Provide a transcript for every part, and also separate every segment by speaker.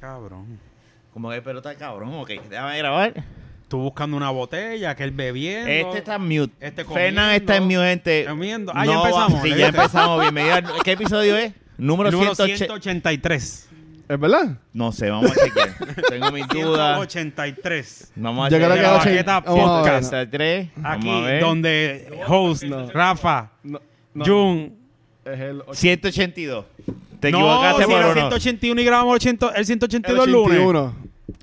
Speaker 1: cabrón.
Speaker 2: Como que pelota cabrón, ok. Déjame grabar.
Speaker 1: Tú buscando una botella, que él bebiendo.
Speaker 2: Este está en mute.
Speaker 1: Este
Speaker 2: Fernan está en
Speaker 1: comiendo,
Speaker 2: mute, gente.
Speaker 1: comiendo. Ah, ya empezamos,
Speaker 2: Sí,
Speaker 1: ¿le
Speaker 2: ya
Speaker 1: viste?
Speaker 2: empezamos. Bienvenido. al- ¿Qué episodio es? Número,
Speaker 1: Número
Speaker 2: 180.
Speaker 1: 183.
Speaker 3: ¿Es verdad?
Speaker 2: No sé, vamos a chequear. Tengo mis dudas.
Speaker 1: 183.
Speaker 2: Vamos a
Speaker 3: Yo creo
Speaker 1: De
Speaker 3: que Oh,
Speaker 1: la
Speaker 3: va a
Speaker 2: chequear.
Speaker 3: ser-
Speaker 1: baqueta
Speaker 3: vamos a ver,
Speaker 1: podcast.
Speaker 3: no.
Speaker 2: 183.
Speaker 1: Aquí,
Speaker 2: Vamos a ver.
Speaker 1: donde host,
Speaker 3: No.
Speaker 1: Rafa,
Speaker 3: No,
Speaker 1: Jun.
Speaker 3: Es el
Speaker 2: 182. Te
Speaker 1: No,
Speaker 2: equivocaste
Speaker 1: si
Speaker 2: por
Speaker 1: era
Speaker 2: uno.
Speaker 1: 181 y grabamos 80 el 182 el lunes.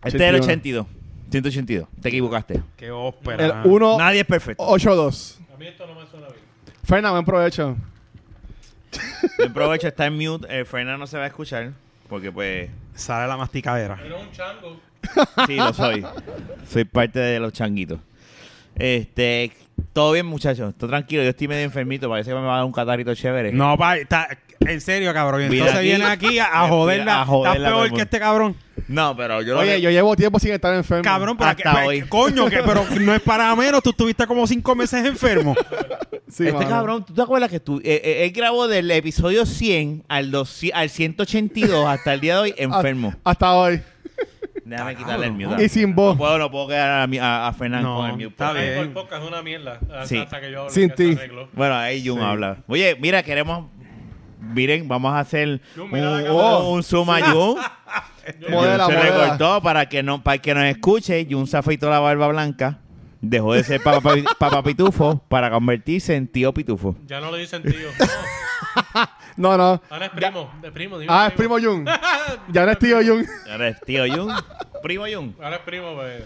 Speaker 2: Este era el 82. 182. Te equivocaste.
Speaker 1: Qué
Speaker 3: El
Speaker 1: ópera.
Speaker 3: 1
Speaker 2: Nadie es perfecto.
Speaker 3: 82. A mí esto no me suena bien. Fernan, buen provecho.
Speaker 2: El provecho está en mute. Eh, Fernan no se va a escuchar. Porque, pues.
Speaker 1: Sale la masticadera.
Speaker 2: Sí, lo soy. soy parte de los changuitos. Este. Todo bien, muchachos. Estoy tranquilo. Yo estoy medio enfermito. Parece que me va a dar un catarrito chévere.
Speaker 1: No, pa, está- en serio, cabrón. Y
Speaker 2: Mira
Speaker 1: Entonces
Speaker 2: aquí.
Speaker 1: vienen aquí a, a
Speaker 2: Mira,
Speaker 1: joderla.
Speaker 2: a
Speaker 1: Está
Speaker 2: joderla a todo el
Speaker 1: peor
Speaker 2: mundo.
Speaker 1: que este cabrón.
Speaker 2: No, pero yo lo
Speaker 3: Oye,
Speaker 2: que-
Speaker 3: yo llevo tiempo sin estar enfermo.
Speaker 1: Cabrón, pero
Speaker 2: Hasta
Speaker 1: que- pero-
Speaker 2: hoy.
Speaker 1: coño, que, pero no es para menos. Tú estuviste como cinco meses enfermo.
Speaker 3: Sí,
Speaker 2: este
Speaker 3: mano.
Speaker 2: cabrón, ¿tú te acuerdas que tú, eh, eh, él grabó del episodio 100 al, 200 al 182 hasta el día de hoy
Speaker 3: Ha-
Speaker 2: enfermo?
Speaker 3: Hasta hoy.
Speaker 2: Déjame quitarle el
Speaker 1: cabrón.
Speaker 2: mute.
Speaker 3: Y sin voz.
Speaker 2: No puedo, no puedo quedar a, mi- a, a Fernan
Speaker 1: No,
Speaker 2: con el mute.
Speaker 1: está bien.
Speaker 4: El podcast es una mierda. Hasta,
Speaker 2: Sí.
Speaker 4: hasta que yo hable,
Speaker 3: Sin
Speaker 4: ya
Speaker 3: ti.
Speaker 4: se arregló.
Speaker 2: Bueno, ahí Jun habla. Oye, mira, queremos. Miren, vamos a hacer
Speaker 4: Jun,
Speaker 2: un,
Speaker 4: mira la
Speaker 3: cámara.
Speaker 2: un zoom a Jun. Jun
Speaker 3: Modela,
Speaker 2: se
Speaker 3: modela.
Speaker 2: recortó para que, no, para que nos escuche. Jun se afeitó la barba blanca. Dejó de ser papá, papá pitufo para convertirse en tío pitufo.
Speaker 4: Ya no le dicen tío.
Speaker 3: No,
Speaker 4: No,
Speaker 3: no.
Speaker 4: ahora es primo. De primo, dime
Speaker 3: Ah, es primo Jun. Ya no es tío Jun.
Speaker 2: Ahora es tío Jun. Primo Jun.
Speaker 4: Ahora es primo, pues.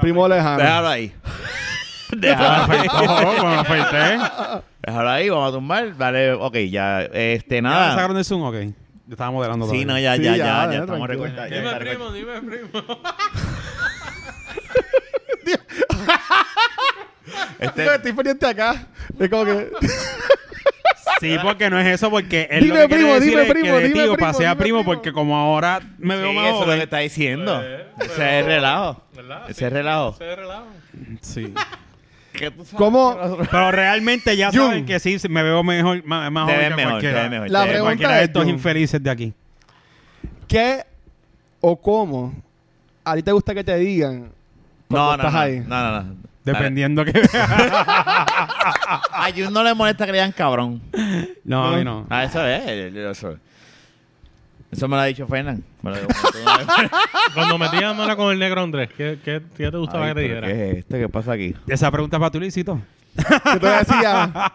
Speaker 3: Primo lejano.
Speaker 2: Déjalo ahí. Déjalo ahí.
Speaker 1: me
Speaker 2: ¿eh?
Speaker 1: afeité.
Speaker 2: Déjalo ahí, vamos a tumbar. Vale, ok, ya.
Speaker 1: ¿Ya
Speaker 2: Este,
Speaker 1: le
Speaker 2: nada.
Speaker 1: sacaron el Zoom? Ok. Yo estaba modelando
Speaker 2: Sí,
Speaker 1: todavía.
Speaker 2: no, ya,
Speaker 3: Sí,
Speaker 2: ya, ya,
Speaker 3: ya,
Speaker 2: ya,
Speaker 3: ya,
Speaker 2: estamos
Speaker 3: tranquilo.
Speaker 2: recortados. ya
Speaker 4: Dime
Speaker 2: está
Speaker 4: primo, dime primo.
Speaker 2: recortado. Este-
Speaker 3: Yo estoy pendiente acá. Es como que.
Speaker 1: Sí, porque no es eso, porque él lo
Speaker 3: Dime,
Speaker 1: que quiere
Speaker 3: primo,
Speaker 1: decir
Speaker 3: dime,
Speaker 1: es que
Speaker 3: primo,
Speaker 1: de
Speaker 3: dime,
Speaker 1: tío
Speaker 3: primo,
Speaker 1: pasé a
Speaker 3: dime,
Speaker 1: primo,
Speaker 3: primo.
Speaker 1: porque como ahora me veo
Speaker 2: Sí,
Speaker 1: más
Speaker 2: eso es lo
Speaker 1: joven.
Speaker 2: que está diciendo.
Speaker 4: Eh, pero-
Speaker 2: Ese es el relajo.
Speaker 4: ¿Verdad?
Speaker 2: Ese es el
Speaker 3: Oh.
Speaker 2: relajo.
Speaker 4: Ese es relajo.
Speaker 1: Sí.
Speaker 2: ¿Qué tú sabes?
Speaker 3: ¿Cómo?
Speaker 1: Pero realmente ya
Speaker 3: Jun.
Speaker 1: saben que sí, me veo mejor, más, más
Speaker 2: Te
Speaker 1: joven que
Speaker 2: ves mejor, te
Speaker 1: cualquiera.
Speaker 2: ves mejor.
Speaker 3: La
Speaker 2: te ves mejor.
Speaker 3: pregunta-
Speaker 1: Cualquiera de estos
Speaker 3: Jun.
Speaker 1: infelices de aquí.
Speaker 3: ¿Qué o cómo a ti te gusta que te digan cuando
Speaker 2: No, no,
Speaker 3: estás
Speaker 2: no,
Speaker 3: ahí?
Speaker 2: no, no, no.
Speaker 1: Dependiendo que
Speaker 2: A Jun no le molesta que le digan cabrón.
Speaker 1: No, a mí no.
Speaker 2: Ah, eso es. el- el- Eso, Eso me lo ha dicho Fernan. Me lo dijo.
Speaker 4: Cuando metías mala con el negro Andrés, ¿qué, qué, qué te gustaba
Speaker 2: Ay,
Speaker 4: que te
Speaker 2: pero
Speaker 4: dijera?
Speaker 2: ¿Qué es esto? ¿Qué pasa aquí?
Speaker 1: Esa pregunta es para tu Luisito.
Speaker 3: Que te decía.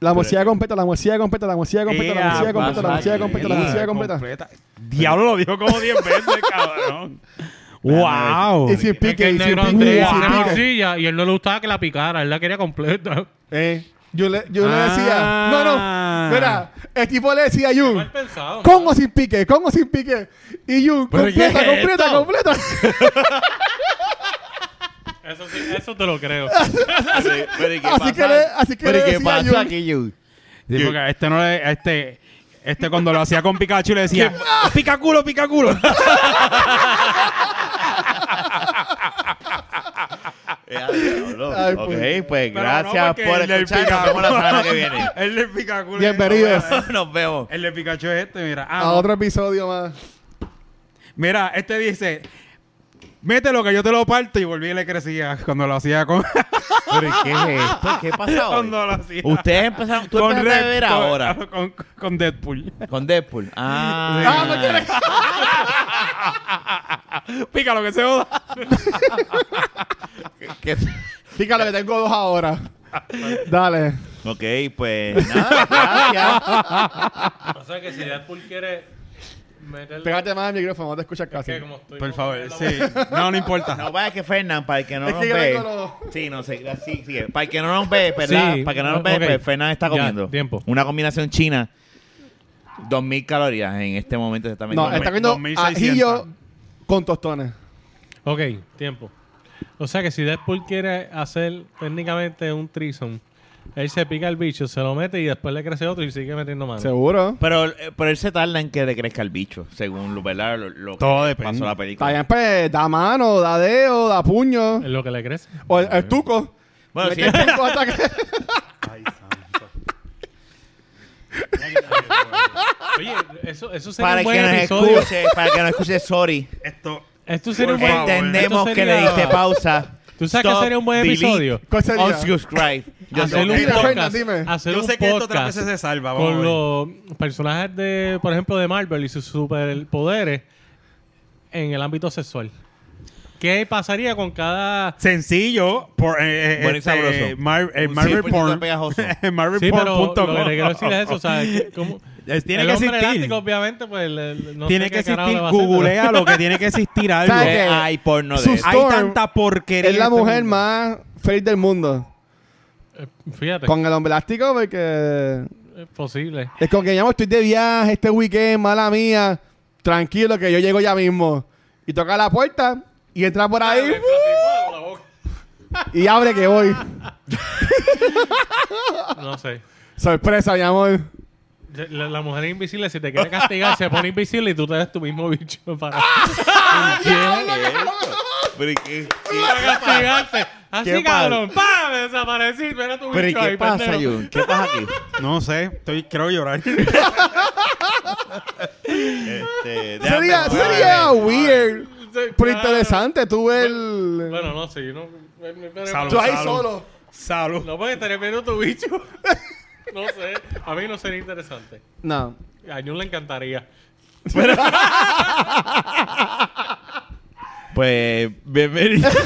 Speaker 3: La morcilla completa, la morcilla completa, la morcilla completa, la morcilla
Speaker 1: Ea,
Speaker 3: completa, la morcilla
Speaker 2: vaya,
Speaker 3: completa, la morcilla
Speaker 1: ea,
Speaker 3: completa.
Speaker 1: Diablo lo dijo como 10 veces, cabrón. wow.
Speaker 3: Y sin
Speaker 4: Es que
Speaker 3: pique,
Speaker 4: el
Speaker 3: y sin
Speaker 4: negro Ah.
Speaker 3: pique,
Speaker 4: Andrés
Speaker 3: y
Speaker 4: era
Speaker 3: sin
Speaker 4: una
Speaker 3: pique.
Speaker 4: morcilla y él no le gustaba que la picara, él la quería completa.
Speaker 3: Eh, yo le, yo le decía, no,
Speaker 1: Ah.
Speaker 3: no, mira, el tipo le decía a Jun,
Speaker 4: Mal pensado.
Speaker 3: con o sin pique, con o sin pique. Y Jun,
Speaker 2: ¿Pero qué
Speaker 3: completa,
Speaker 2: es
Speaker 3: completa,
Speaker 2: esto?
Speaker 3: completa.
Speaker 4: Eso sí, eso te lo creo.
Speaker 3: Así que le- así que
Speaker 2: Pero
Speaker 3: le
Speaker 2: ¿y ¿qué
Speaker 3: decía a
Speaker 2: pasa
Speaker 3: Jun?
Speaker 2: aquí, Jun?
Speaker 1: Sí, porque a este no le, a este, este cuando lo hacía con Pikachu le decía, "Ah, pica culo, pica culo.
Speaker 2: Ya, Ah, diablo.
Speaker 3: Ay, pues.
Speaker 2: ok, pues
Speaker 1: Pero
Speaker 2: gracias
Speaker 1: no, porque
Speaker 2: por
Speaker 1: el del
Speaker 2: escuchar. Nos
Speaker 1: Pikachu.
Speaker 2: vemos la semana que viene.
Speaker 1: El de pica culo.
Speaker 3: Bienvenidos.
Speaker 2: Nos vemos.
Speaker 1: El de Pikachu es este, mira. Ah,
Speaker 3: A
Speaker 1: no.
Speaker 3: otro episodio más.
Speaker 1: Mira, este dice, mételo que yo te lo parto y volví y le crecía cuando lo hacía con...
Speaker 2: Pero ¿y ¿qué es esto? ¿Qué pasa hoy?
Speaker 1: cuando lo hacía.
Speaker 2: Ustedes empezaron, tú
Speaker 1: con
Speaker 2: empezaste a
Speaker 1: Red-
Speaker 2: beber
Speaker 1: con-
Speaker 2: ahora
Speaker 1: Con, con Deadpool.
Speaker 2: con Deadpool. Ah,
Speaker 3: Ah, ¿me quieres?
Speaker 1: Pica lo que se joda.
Speaker 3: Fíjate que tengo dos ahora. Dale.
Speaker 2: Ok, pues nada, gracias.
Speaker 4: O sea que si Deadpool quiere meterle...
Speaker 3: Pégate más al micrófono, no te escuchas casi.
Speaker 4: que como estoy-
Speaker 1: Por favor, sí. No, no importa.
Speaker 2: No vaya que Fernán, para el que no
Speaker 3: Es
Speaker 2: nos
Speaker 3: que yo
Speaker 2: ve.
Speaker 3: tengo los-
Speaker 2: Sí, no sé, sí, sí. Para el que no nos ve, ¿verdad?
Speaker 4: Sí,
Speaker 2: Para el que no nos ve,
Speaker 4: ok.
Speaker 2: pues Fernán está
Speaker 4: Ya,
Speaker 2: comiendo.
Speaker 4: tiempo.
Speaker 2: Una combinación china. 2000 calorías en este momento se está
Speaker 3: No,
Speaker 2: metiendo.
Speaker 3: está comiendo
Speaker 1: 2600.
Speaker 3: ajillo con tostones.
Speaker 4: Ok, tiempo. O sea que si Deadpool quiere hacer técnicamente un trison, él se pica el bicho, se lo mete y después le crece otro y sigue metiendo mano.
Speaker 3: Seguro.
Speaker 2: Pero, eh, pero él se tarda en que le crezca el bicho, según lo, ¿verdad? lo, lo
Speaker 1: Todo
Speaker 2: que
Speaker 1: depende.
Speaker 2: pasó la
Speaker 3: Está
Speaker 2: película.
Speaker 3: bien, pues, da mano, da dedo, da puño.
Speaker 4: es lo que le crece.
Speaker 3: O el, el tuco.
Speaker 2: Bueno,
Speaker 3: Me
Speaker 2: sí.
Speaker 3: quedé con hasta que-
Speaker 4: Oye, es- Eso, eso sería
Speaker 2: Para
Speaker 4: un
Speaker 2: que
Speaker 4: buen
Speaker 2: nos
Speaker 4: episodio.
Speaker 2: escuche, para que nos escuche, sorry.
Speaker 1: Esto.
Speaker 4: Esto sería un
Speaker 1: Por
Speaker 4: buen
Speaker 1: favor.
Speaker 2: Entendemos
Speaker 4: esto
Speaker 2: que le
Speaker 4: sería-
Speaker 2: diste pausa.
Speaker 4: ¿Tú sabes qué
Speaker 2: Stop,
Speaker 4: sería un buen
Speaker 2: delete,
Speaker 4: episodio?
Speaker 3: ¿Cuál sería?
Speaker 2: Unsubscribe. Yo
Speaker 4: hacer
Speaker 2: sé-
Speaker 4: un
Speaker 3: Mira,
Speaker 4: podcast,
Speaker 3: Fernan, dime.
Speaker 4: hacer
Speaker 1: Yo
Speaker 4: un
Speaker 1: sé que esto otras
Speaker 4: podcast
Speaker 1: veces se salva. vamos
Speaker 4: con
Speaker 1: a ver.
Speaker 4: los personajes de, por ejemplo, de Marvel y sus superpoderes en el ámbito sexual. ¿Qué pasaría con cada
Speaker 1: Sencillo. Por, eh, eh,
Speaker 2: Bueno y
Speaker 1: este,
Speaker 2: sabroso. pues,
Speaker 1: Mar- eh,
Speaker 2: Un
Speaker 1: Marvel
Speaker 2: 100%
Speaker 1: Porn.
Speaker 2: pegajoso.
Speaker 1: Marvel
Speaker 4: Sí,
Speaker 1: Porn
Speaker 4: pero
Speaker 1: punto
Speaker 4: lo que
Speaker 1: com.
Speaker 4: te quiero decir es eso, o sea, que como-
Speaker 1: Eh, Tiene
Speaker 4: el
Speaker 1: que
Speaker 4: hombre
Speaker 1: existir.
Speaker 4: elástico, obviamente, pues le- le- no
Speaker 1: tiene
Speaker 4: sé
Speaker 1: que
Speaker 4: qué carajo
Speaker 1: existir.
Speaker 4: le va a hacer, pero-
Speaker 1: Googlea lo que tiene que existir algo.
Speaker 3: ¿Sabes
Speaker 2: Eh,
Speaker 3: qué?
Speaker 2: Hay porno de
Speaker 3: Ah, Sus-
Speaker 2: eso.
Speaker 1: Hay
Speaker 3: Storm
Speaker 1: tanta porquería.
Speaker 3: Es
Speaker 1: en
Speaker 3: la
Speaker 1: este
Speaker 3: mujer
Speaker 1: mundo.
Speaker 3: más feliz del mundo.
Speaker 4: Eh, Fíjate,
Speaker 3: Con el hombre elástico, porque.
Speaker 4: es posible.
Speaker 3: Es como que llamo, estoy de viaje este weekend, mala mía. Tranquilo, que yo llego ya mismo. Y toca la puerta y entra por ahí y abre que voy.
Speaker 4: No sé.
Speaker 3: Sorpresa, mi amor.
Speaker 4: La, la mujer invisible, si te quiere castigar, se pone invisible y tú te das tu mismo bicho para
Speaker 2: Pero ¿y qué-
Speaker 4: para castigarte.
Speaker 2: ¿Qué
Speaker 4: Así,
Speaker 2: pasa?
Speaker 4: cabrón. ¡Pam! Desaparecí. Era tu
Speaker 2: pero ¿y
Speaker 4: bicho ahí,
Speaker 2: qué pasa,
Speaker 4: pendejo.
Speaker 2: Jun? ¿Qué pasa aquí?
Speaker 1: No sé. Estoy, quiero llorar.
Speaker 2: Este, déjame-
Speaker 3: Sería, sería weird.
Speaker 4: Sí,
Speaker 3: Pero
Speaker 4: claro.
Speaker 3: interesante, tú ves el.
Speaker 4: Bueno, no sé. yo No, me- me- me-
Speaker 1: Salud.
Speaker 3: tú ahí
Speaker 1: salud.
Speaker 3: solo.
Speaker 1: Salud.
Speaker 4: No puedes estar viendo tu bicho. No sé. A mí no sería interesante.
Speaker 3: No.
Speaker 4: A Jun le encantaría.
Speaker 2: Pues, bienvenido.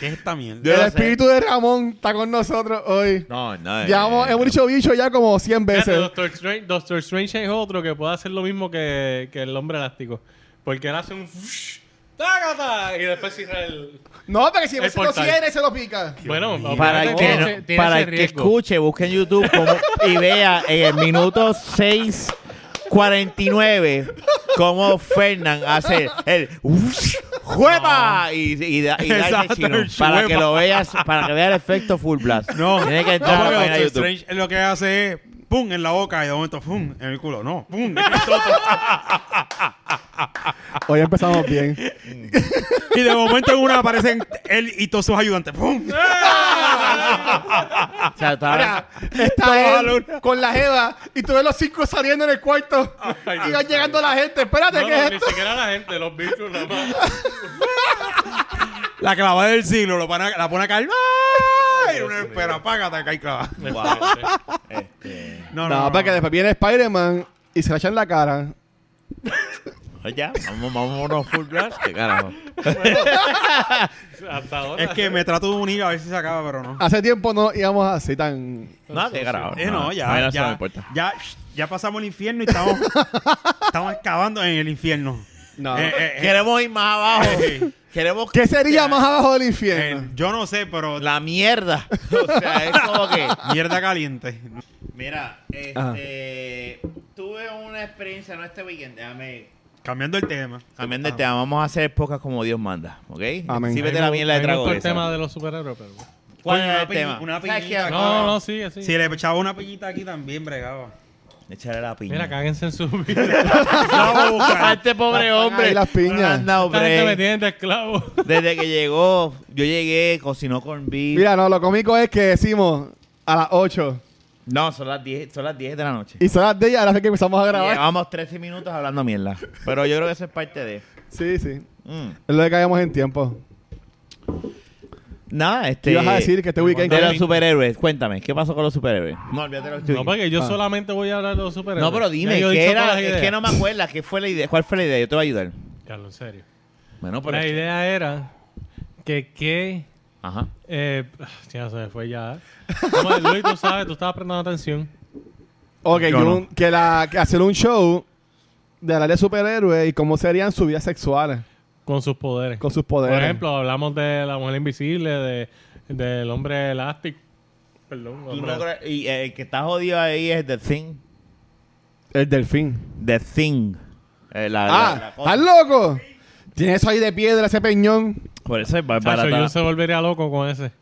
Speaker 1: ¿Qué es esta mierda?
Speaker 2: Yo
Speaker 3: el
Speaker 2: no sé.
Speaker 3: espíritu de Ramón está con nosotros hoy.
Speaker 2: No, no. eh,
Speaker 3: Llevamos, hemos dicho bicho ya como 100
Speaker 4: Fíjate,
Speaker 3: veces.
Speaker 4: Doctor, Strange, Doctor Strange es otro que puede hacer lo mismo que, que el hombre elástico. Porque él hace un... fush, ¡Tácata! Y después cierra el...
Speaker 3: No, porque si
Speaker 4: El
Speaker 3: se lo
Speaker 4: portal.
Speaker 3: cierra, se lo pica.
Speaker 4: Bueno,
Speaker 2: Para, que, no- para el que escuche, busque en YouTube cómo- y vea en el minuto 6.49 cómo Fernán hace el ¡Juepa! Y, y da- y da ese
Speaker 1: Exacto,
Speaker 2: chino.
Speaker 1: el
Speaker 2: para que
Speaker 1: juepa.
Speaker 2: lo veas, para que vea el efecto full blast.
Speaker 1: No.
Speaker 2: Tiene que
Speaker 1: No,
Speaker 2: entrar a
Speaker 1: porque
Speaker 2: la página
Speaker 1: Doctor
Speaker 2: de YouTube.
Speaker 1: Strange es lo que hace es pum en la boca y de momento pum en el culo. No, pum. y
Speaker 3: Hoy empezamos bien.
Speaker 1: de momento en una aparecen él y todos sus ayudantes. Pum.
Speaker 2: O sea, estaba-
Speaker 4: Ah.
Speaker 3: Está
Speaker 1: Toda
Speaker 3: él
Speaker 1: la luna.
Speaker 3: con la jeva y tú ves los cinco saliendo en el cuarto
Speaker 4: Ay,
Speaker 3: y
Speaker 4: Dios
Speaker 3: van
Speaker 4: mío.
Speaker 3: llegando la gente. Espérate,
Speaker 4: No,
Speaker 3: ¿qué
Speaker 4: no,
Speaker 3: es
Speaker 4: ni
Speaker 3: esto?
Speaker 4: siquiera la gente, los bichos nada más.
Speaker 1: La clavada del siglo lo pana- la pone a caer. ¡Ay! Y una espera, apágate, cae clavada.
Speaker 2: Este,
Speaker 1: No,
Speaker 3: No,
Speaker 1: no. no,
Speaker 3: para que
Speaker 1: no.
Speaker 3: después viene Spider-Man y se la echan en la cara.
Speaker 2: ya, vamos, vámonos full blast. ¿Qué carajo?
Speaker 4: Hasta ahora.
Speaker 1: Es que me trato de unir a ver si se acaba, pero no.
Speaker 3: Hace tiempo no íbamos así tan.
Speaker 2: No, qué carajo.
Speaker 1: Eh, no, ya.
Speaker 2: A mí no se
Speaker 1: ya,
Speaker 2: me importa.
Speaker 1: ya, ya pasamos el infierno y estamos, estamos excavando en el infierno.
Speaker 3: No.
Speaker 1: Eh, eh, eh,
Speaker 2: Queremos ir más abajo.
Speaker 1: Sí.
Speaker 2: Queremos
Speaker 3: ¿Qué sería más abajo del
Speaker 1: eh,
Speaker 3: infierno?
Speaker 1: yo no sé, pero la
Speaker 2: la mierda. O sea, es como que.
Speaker 1: mierda caliente.
Speaker 2: Mira, este, tuve una experiencia, no este weekend, déjame... ah,
Speaker 1: Cambiando el tema.
Speaker 2: Cambiando el tema, vamos a hacer pocas como Dios manda, ¿ok?
Speaker 3: Amén.
Speaker 2: Sí, vete
Speaker 4: A
Speaker 2: la
Speaker 4: mí me-
Speaker 2: mierda
Speaker 4: a
Speaker 2: de
Speaker 4: mí me
Speaker 2: trago.
Speaker 4: gustó el
Speaker 2: esa.
Speaker 4: tema de los superhéroes, pero...
Speaker 2: ¿Cuál
Speaker 1: Coño,
Speaker 2: era
Speaker 1: una
Speaker 2: el
Speaker 1: piña-
Speaker 2: tema?
Speaker 1: una
Speaker 2: ¿Sabes
Speaker 1: piñita.
Speaker 2: qué?
Speaker 4: No, no, sí, sí.
Speaker 1: Si le echaba una pillita aquí también bregaba.
Speaker 2: Échale la piña.
Speaker 4: Mira, cáguense en su vida.
Speaker 2: A este pobre hombre.
Speaker 3: Ay, las piñas.
Speaker 2: No le han dado
Speaker 4: Esta gente me
Speaker 2: break.
Speaker 4: tiene de esclavo.
Speaker 2: Desde que llegó, yo llegué, cocinó con beef.
Speaker 3: Mira, no, lo cómico es que decimos a las 8
Speaker 2: No, son las 10, son las 10 de la noche.
Speaker 3: y son las 10 y ahora es que empezamos a
Speaker 2: Y
Speaker 3: grabar.
Speaker 2: Llevamos 13 minutos hablando mierda. Pero yo creo que eso es parte de...
Speaker 3: Sí, sí.
Speaker 2: Mm.
Speaker 3: Es lo que caemos en tiempo.
Speaker 2: Nada, este...
Speaker 3: Te ibas a decir que este weekend.
Speaker 2: De los superhéroes, cuéntame, ¿qué pasó con los superhéroes? No, olvídate de los
Speaker 4: No,
Speaker 2: superhéroes.
Speaker 4: porque yo
Speaker 3: Ah.
Speaker 4: solamente voy a hablar de los superhéroes.
Speaker 2: No, pero dime,
Speaker 4: Ya yo he
Speaker 2: ¿qué
Speaker 4: dicho todas
Speaker 2: era?
Speaker 4: las
Speaker 2: Es
Speaker 4: ideas.
Speaker 2: que no me acuerdas. ¿Qué fue la idea? ¿Cuál fue la idea? Yo te voy a ayudar.
Speaker 4: Carlos, en serio.
Speaker 2: Bueno, pero...
Speaker 4: pues, La
Speaker 2: es que-
Speaker 4: idea era que qué...
Speaker 2: Ajá.
Speaker 4: Eh, ya se me fue ya. Como Luis, tú sabes, tú estabas prestando atención.
Speaker 3: Ok,
Speaker 1: Yo
Speaker 3: Jun, que, la, que hacer un show de hablar de superhéroes y cómo serían sus vidas sexuales
Speaker 4: Con sus poderes.
Speaker 3: con sus
Speaker 4: Por
Speaker 3: poderes.
Speaker 4: ejemplo, hablamos de la mujer invisible, de, del hombre elástico. Perdón,
Speaker 2: Tú
Speaker 4: hombre.
Speaker 2: no crees- y eh, el que está jodido ahí es The Thing.
Speaker 3: El delfín.
Speaker 2: The Thing. Eh, la, la- la
Speaker 3: Ah,
Speaker 2: cosa.
Speaker 3: ¿estás loco? Tiene eso ahí de piedra, ese peñón.
Speaker 2: Por eso es
Speaker 4: Chacho,
Speaker 2: barata.
Speaker 4: yo se volvería loco con ese.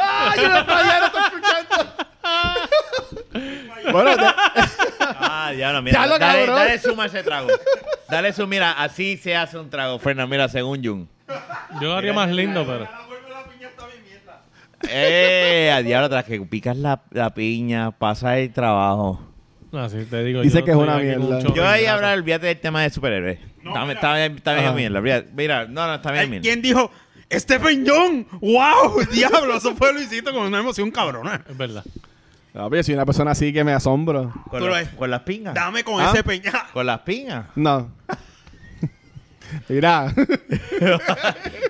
Speaker 3: ¡Ah, yo no estoy, ya lo estoy escuchando! bueno, te-
Speaker 2: Ah, diablo, mira.
Speaker 3: Ya lo
Speaker 2: dale,
Speaker 3: cabrón.
Speaker 2: dale suma a ese trago. Dale suma, mira, así se hace un trago, Fernan, mira, según Jun.
Speaker 4: Yo lo haría más lindo, pero.
Speaker 2: ¡Eh! A diablo, tras que picas la, la piña, pasas el trabajo.
Speaker 4: No, sí, te digo,
Speaker 3: Dice
Speaker 4: yo
Speaker 3: que es
Speaker 4: estoy
Speaker 3: una
Speaker 4: aquí con un
Speaker 3: mierda.
Speaker 4: chorro
Speaker 2: Yo
Speaker 4: de
Speaker 2: ahí
Speaker 4: grasa.
Speaker 2: hablar, olvídate del tema de superhéroes. Está bien, está bien, está bien,
Speaker 3: Ajá.
Speaker 2: mierda. olvídate. Mira, no, no, está bien,
Speaker 1: Hay
Speaker 2: mierda.
Speaker 1: quien dijo, Stephen Young, wow, diablo, eso fue Luisito con una emoción cabrona.
Speaker 4: Es verdad.
Speaker 3: No, pero yo soy una persona así que me asombro.
Speaker 2: Con,
Speaker 1: Tú
Speaker 2: los-
Speaker 1: lo ves.
Speaker 2: con las pingas.
Speaker 1: Dame con
Speaker 3: ¿Ah?
Speaker 1: ese peña.
Speaker 2: Con las pingas.
Speaker 3: No. Mira.
Speaker 1: Pero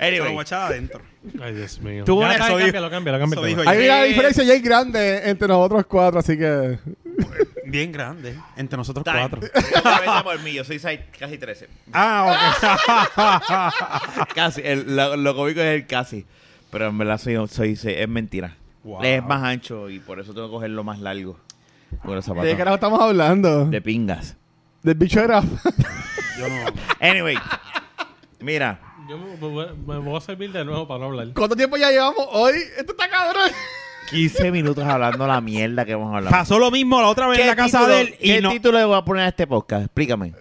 Speaker 2: Anyway,
Speaker 1: guachada adentro.
Speaker 4: Ay, Dios mío.
Speaker 1: Tú,
Speaker 4: Ya,
Speaker 1: eso
Speaker 4: cámbialo,
Speaker 1: dijo-
Speaker 4: cámbialo, cámbialo, cámbialo.
Speaker 1: eso dijo
Speaker 3: Hay una
Speaker 1: Eh,
Speaker 3: diferencia ya es grande entre nosotros cuatro, así que.
Speaker 1: Bien grande, entre nosotros
Speaker 2: time.
Speaker 1: cuatro.
Speaker 2: Otra vez de por mí, yo soy size casi 13.
Speaker 1: Ah,
Speaker 2: Casi, el- lo, lo cómico es el casi. Pero en verdad soy, soy, soy- es mentira.
Speaker 1: Wow.
Speaker 2: Es más ancho y por eso tengo que cogerlo más largo. Con los zapatos.
Speaker 3: ¿De qué carajo estamos hablando?
Speaker 2: De pingas.
Speaker 3: Del bicho era.
Speaker 1: ok. Yo no.
Speaker 2: Anyway, mira.
Speaker 4: Yo me, me- me voy a servir de nuevo para no hablar.
Speaker 3: ¿Cuánto tiempo ya llevamos hoy? Esto está cabrón.
Speaker 2: 15 minutos hablando la mierda que hemos hablado.
Speaker 1: Pasó lo mismo la otra vez en la casa
Speaker 2: título,
Speaker 1: de él y
Speaker 2: ¿Qué
Speaker 1: no.
Speaker 2: título le voy a poner a este podcast? Explícame.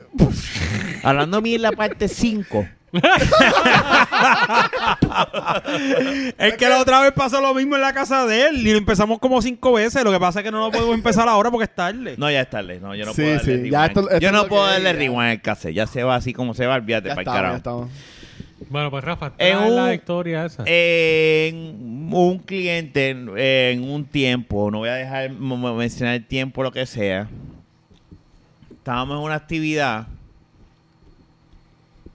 Speaker 2: hablando mí en la parte 5.
Speaker 1: Es que la otra vez pasó lo mismo en la casa de él y lo empezamos como cinco veces. Lo que pasa es que no lo podemos empezar ahora porque es tarde.
Speaker 2: No, ya es tarde. No, yo no
Speaker 3: Sí,
Speaker 2: puedo darle
Speaker 3: sí,
Speaker 2: rewind.
Speaker 3: ya esto- esto
Speaker 2: yo
Speaker 3: es
Speaker 2: no
Speaker 3: lo
Speaker 2: puedo
Speaker 3: que-
Speaker 2: darle
Speaker 3: ya.
Speaker 2: rewind al cassette. Ya se va así como se va. Olvídate,
Speaker 3: Ya
Speaker 2: para el
Speaker 3: estamos, ya
Speaker 2: carajo.
Speaker 3: estamos.
Speaker 4: Bueno, pues Rafa,
Speaker 2: En
Speaker 4: trae
Speaker 2: un-
Speaker 4: la historia esa.
Speaker 2: En un cliente, en, en un tiempo, no voy a dejar m- m- mencionar el tiempo, lo que sea. Estábamos en una actividad,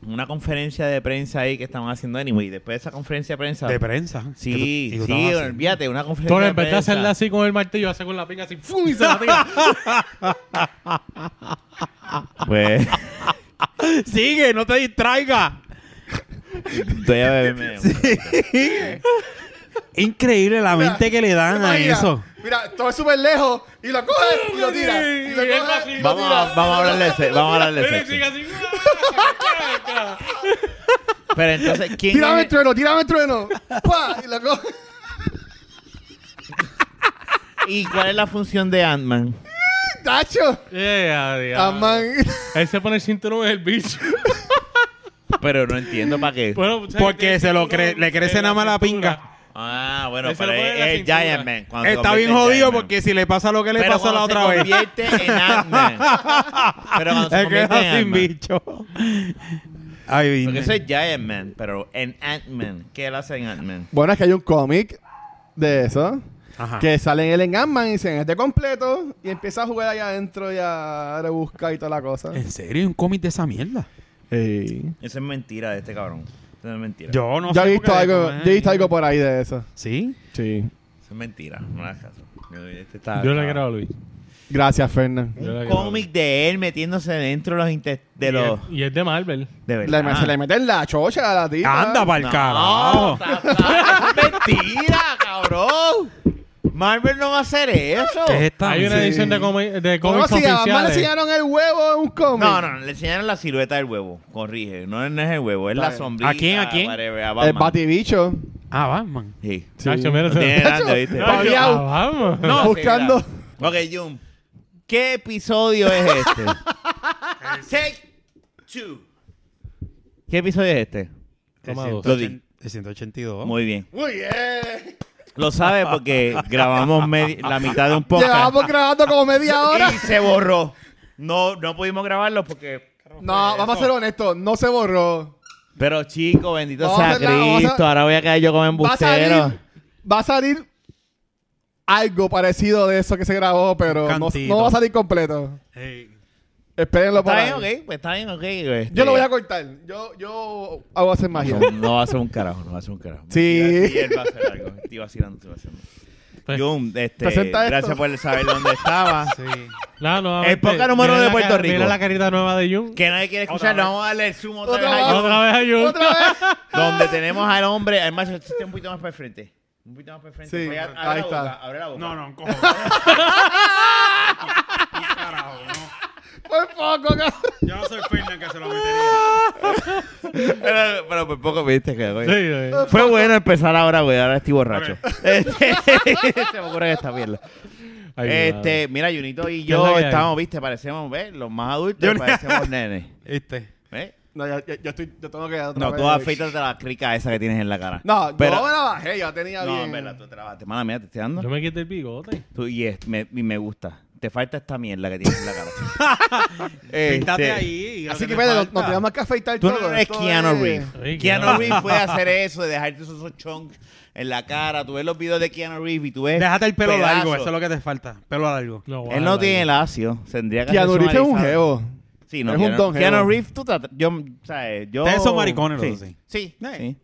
Speaker 2: una conferencia de prensa ahí que estaban haciendo anyway. Después de esa conferencia de prensa.
Speaker 1: De prensa.
Speaker 2: sí,
Speaker 1: Que tú- que tú
Speaker 2: sí,
Speaker 1: estabas haciendo.
Speaker 2: olvídate, una conferencia
Speaker 4: Tú en
Speaker 2: de
Speaker 4: vez de
Speaker 2: prensa.
Speaker 4: hacerla así con el martillo, hace con la pinga así, ¡fum! y se la tira.
Speaker 2: Pues,
Speaker 1: Sigue, no te distraigas.
Speaker 2: voy a beberme.
Speaker 1: Increíble la mente que le dan a
Speaker 3: Mira,
Speaker 1: eso.
Speaker 3: Mira, todo es súper lejos y lo coge y lo tira. Y lo
Speaker 4: Y es
Speaker 3: coge,
Speaker 4: así.
Speaker 3: y lo
Speaker 2: Vamos
Speaker 3: tira.
Speaker 2: a, vamos a hablar de sexo. Vamos a hablar de
Speaker 4: Pero
Speaker 2: sexo.
Speaker 4: sigue así. ¡ah!
Speaker 2: Pero entonces, ¿quién
Speaker 3: Tírame
Speaker 2: es-
Speaker 3: el trueno, tírame el trueno. ¡Pah! Y lo coge.
Speaker 2: ¿Y cuál es la función de Ant-Man?
Speaker 3: ¡Tacho!
Speaker 4: Eh, a diablo.
Speaker 3: Amán.
Speaker 4: Él se pone el cinturón en el bicho.
Speaker 2: Pero no entiendo para qué.
Speaker 1: Pues
Speaker 4: Bueno,
Speaker 1: Porque se lo cre- le crece nada más la pinga.
Speaker 2: Ah, bueno,
Speaker 4: Él se
Speaker 2: pero
Speaker 4: lo pone en la
Speaker 2: es, es
Speaker 4: cintura.
Speaker 2: Giant Man. cuando se
Speaker 1: Está
Speaker 2: convierte
Speaker 1: bien
Speaker 2: en
Speaker 1: jodido
Speaker 2: Giant Man.
Speaker 1: porque si le pasa lo que le
Speaker 2: Pero
Speaker 1: pasó la
Speaker 2: cuando se
Speaker 1: otra vez,
Speaker 2: convierte en Ant-Man. Pero cuando se
Speaker 1: se
Speaker 2: convierte en
Speaker 1: queda sin
Speaker 2: Ant-Man.
Speaker 1: bicho. Ay,
Speaker 2: Porque
Speaker 1: dime.
Speaker 2: eso es Giant Man, pero en Ant-Man. ¿Qué él hace en Ant-Man?
Speaker 3: Bueno, es que hay un cómic de eso.
Speaker 1: Ajá.
Speaker 3: Que salen él en Ant-Man y dicen, este completo. Y empieza a jugar allá adentro y a rebuscar y toda la cosa.
Speaker 1: ¿En serio? ¿Un cómic de esa mierda?
Speaker 3: Ey.
Speaker 2: Eso es mentira de este cabrón. Eso es mentira.
Speaker 1: Yo no
Speaker 3: Yo
Speaker 1: sé.
Speaker 3: he visto
Speaker 1: porque-
Speaker 3: algo, yo he visto
Speaker 1: eh.
Speaker 3: algo por ahí de eso.
Speaker 1: ¿Sí?
Speaker 3: Sí.
Speaker 2: Eso es mentira. No le hagas caso. Yo, este está-
Speaker 4: Yo le
Speaker 2: está-
Speaker 4: creo a Luis.
Speaker 3: Gracias, Fernan.
Speaker 4: Yo le
Speaker 2: Un
Speaker 4: creo a
Speaker 2: cómic de él metiéndose dentro de los intes-
Speaker 4: Luis.
Speaker 2: de los.
Speaker 4: Y es- Y es de Marvel.
Speaker 2: De
Speaker 3: Le-
Speaker 2: verdad.
Speaker 3: se le meten la chocha a la tía.
Speaker 1: Anda pa'l
Speaker 2: No,
Speaker 1: carajo.
Speaker 2: está- está- es mentira, cabrón. Marvel no va a hacer eso.
Speaker 1: ¿Qué es esta?
Speaker 4: Hay una
Speaker 3: sí.
Speaker 4: edición de, comi- de
Speaker 3: ¿Cómo
Speaker 4: cómics
Speaker 3: si a Batman le
Speaker 4: oficiales.
Speaker 3: enseñaron el huevo en un cómic?
Speaker 2: No, no, le enseñaron la silueta del huevo. Corrige, no, no es el huevo, es
Speaker 3: Está
Speaker 2: la
Speaker 3: bien.
Speaker 2: sombrilla.
Speaker 1: ¿A quién, a quién?
Speaker 2: whatever, a
Speaker 3: El
Speaker 2: Batman.
Speaker 3: batibicho.
Speaker 1: Ah, Batman.
Speaker 2: Sí.
Speaker 3: Sí.
Speaker 4: Nacho, mira,
Speaker 2: No tiene
Speaker 4: se-
Speaker 2: nada, ¿viste?
Speaker 3: Nacho.
Speaker 2: Vamos.
Speaker 4: Ah, vamos.
Speaker 2: No,
Speaker 3: Buscando.
Speaker 2: sí, mira. Ok, Jun. ¿Qué episodio es este? Take two. ¿Qué episodio es este?
Speaker 4: Toma dos.
Speaker 2: Lo di.
Speaker 1: 182.
Speaker 2: Muy bien.
Speaker 3: Muy bien.
Speaker 2: Lo sabe porque grabamos medi- la mitad de un podcast
Speaker 3: Llevábamos grabando como media hora.
Speaker 2: y se borró. No, no pudimos grabarlo porque
Speaker 3: No, vamos a ser honestos. No se borró.
Speaker 2: Pero chico, bendito
Speaker 3: Vamos a
Speaker 2: sea
Speaker 3: hacerla, vamos a-
Speaker 2: Cristo, ahora voy a caer yo como
Speaker 3: Va a
Speaker 2: embustero.
Speaker 3: salir. Va a salir algo parecido de eso que se grabó, pero no,
Speaker 1: Cantito.
Speaker 3: no va a salir completo.
Speaker 1: Hey.
Speaker 3: Espérenlo por
Speaker 2: Está
Speaker 3: ahí.
Speaker 2: bien, ok, pues está bien, ok. este-
Speaker 3: Yo lo voy a cortar. Yo, yo hago hacer magia.
Speaker 2: No, no va a hacer un carajo, no va a hacer un carajo.
Speaker 3: Sí.
Speaker 2: Mentira, sí, él va a hacer algo. Estoy vacilando, estoy vacilando.
Speaker 4: Pues,
Speaker 2: Jun, este,
Speaker 3: presenta esto.
Speaker 2: gracias por saber dónde estaba.
Speaker 4: No, no,
Speaker 2: El podcast número uno de Puerto Rico.
Speaker 4: Mira la carita nueva de Jun.
Speaker 2: Que nadie quiere
Speaker 1: Otra
Speaker 2: escuchar,
Speaker 1: vez.
Speaker 2: vamos a darle el sumo otra
Speaker 3: Otra
Speaker 2: vez a
Speaker 3: vez.
Speaker 2: Jun,
Speaker 4: Otra vez a Jun.
Speaker 3: Otra vez.
Speaker 2: Donde tenemos al hombre, además existe un poquito más para el frente. Un poquito más para el frente.
Speaker 3: Sí,
Speaker 2: Voy a-
Speaker 3: ahí
Speaker 2: abre la
Speaker 3: está.
Speaker 2: boca, abre la boca.
Speaker 1: No, no, cojo. Carajo, no.
Speaker 3: Por poco, cabrón.
Speaker 1: Yo no soy Fernan que se lo metería.
Speaker 2: Pero, pero por poco me diste que, güey.
Speaker 4: Sí, sí.
Speaker 2: Fue bueno empezar ahora, güey. Ahora estoy borracho. Este, se me ocurre esta mierda.
Speaker 4: Ay,
Speaker 2: este, mira, Junito y
Speaker 4: es la
Speaker 2: yo
Speaker 4: que hay?
Speaker 2: estamos, viste, parecemos, ¿ves? Los más adultos
Speaker 1: Juni-
Speaker 2: parecemos nenes.
Speaker 1: ¿Viste?
Speaker 2: ¿Ves?
Speaker 3: No, ya- ya- yo, estoy, yo tengo que dar otra
Speaker 2: No,
Speaker 3: vez.
Speaker 2: tú afeitas la crica esa que tienes en la cara.
Speaker 3: No,
Speaker 2: pero,
Speaker 3: yo me la bajé, yo tenía
Speaker 2: No,
Speaker 3: bien.
Speaker 2: en verdad, tú te la bajaste. Mala mía, te estoy dando.
Speaker 4: Yo me quité el bigote.
Speaker 2: Tú, y es- me, y me gusta. Te falta esta mierda que tienes en la cara. Este,
Speaker 1: Píntate ahí.
Speaker 3: Así que,
Speaker 1: vaya,
Speaker 3: Pedro, nos tenemos que afeitar
Speaker 2: Tú
Speaker 3: todo.
Speaker 2: no eres
Speaker 3: esto eh.
Speaker 2: Keanu
Speaker 3: es-
Speaker 2: Reeves.
Speaker 4: Ay,
Speaker 2: Keanu
Speaker 4: Keanu.
Speaker 2: Reeves puede hacer eso de dejarte esos esos chunks en la cara. Tú ves los videos de Keanu Reeves y tú ves.
Speaker 1: Déjate el pelo
Speaker 2: pedazos.
Speaker 1: largo, eso es lo que te falta. Pelo largo.
Speaker 4: No,
Speaker 2: Él no tiene lacio. Tendría que
Speaker 3: Keanu
Speaker 2: hacerse
Speaker 3: Reeves es un
Speaker 2: alisado.
Speaker 3: geo.
Speaker 2: Sí, no,
Speaker 3: Es un
Speaker 2: Keanu,
Speaker 3: don,
Speaker 2: Keanu
Speaker 3: jevo.
Speaker 2: Reeves, tú tratas. Yo, ¿sabes? Yo.
Speaker 1: Ustedes son maricones los
Speaker 2: sí.
Speaker 1: dos,
Speaker 2: Sí. sí.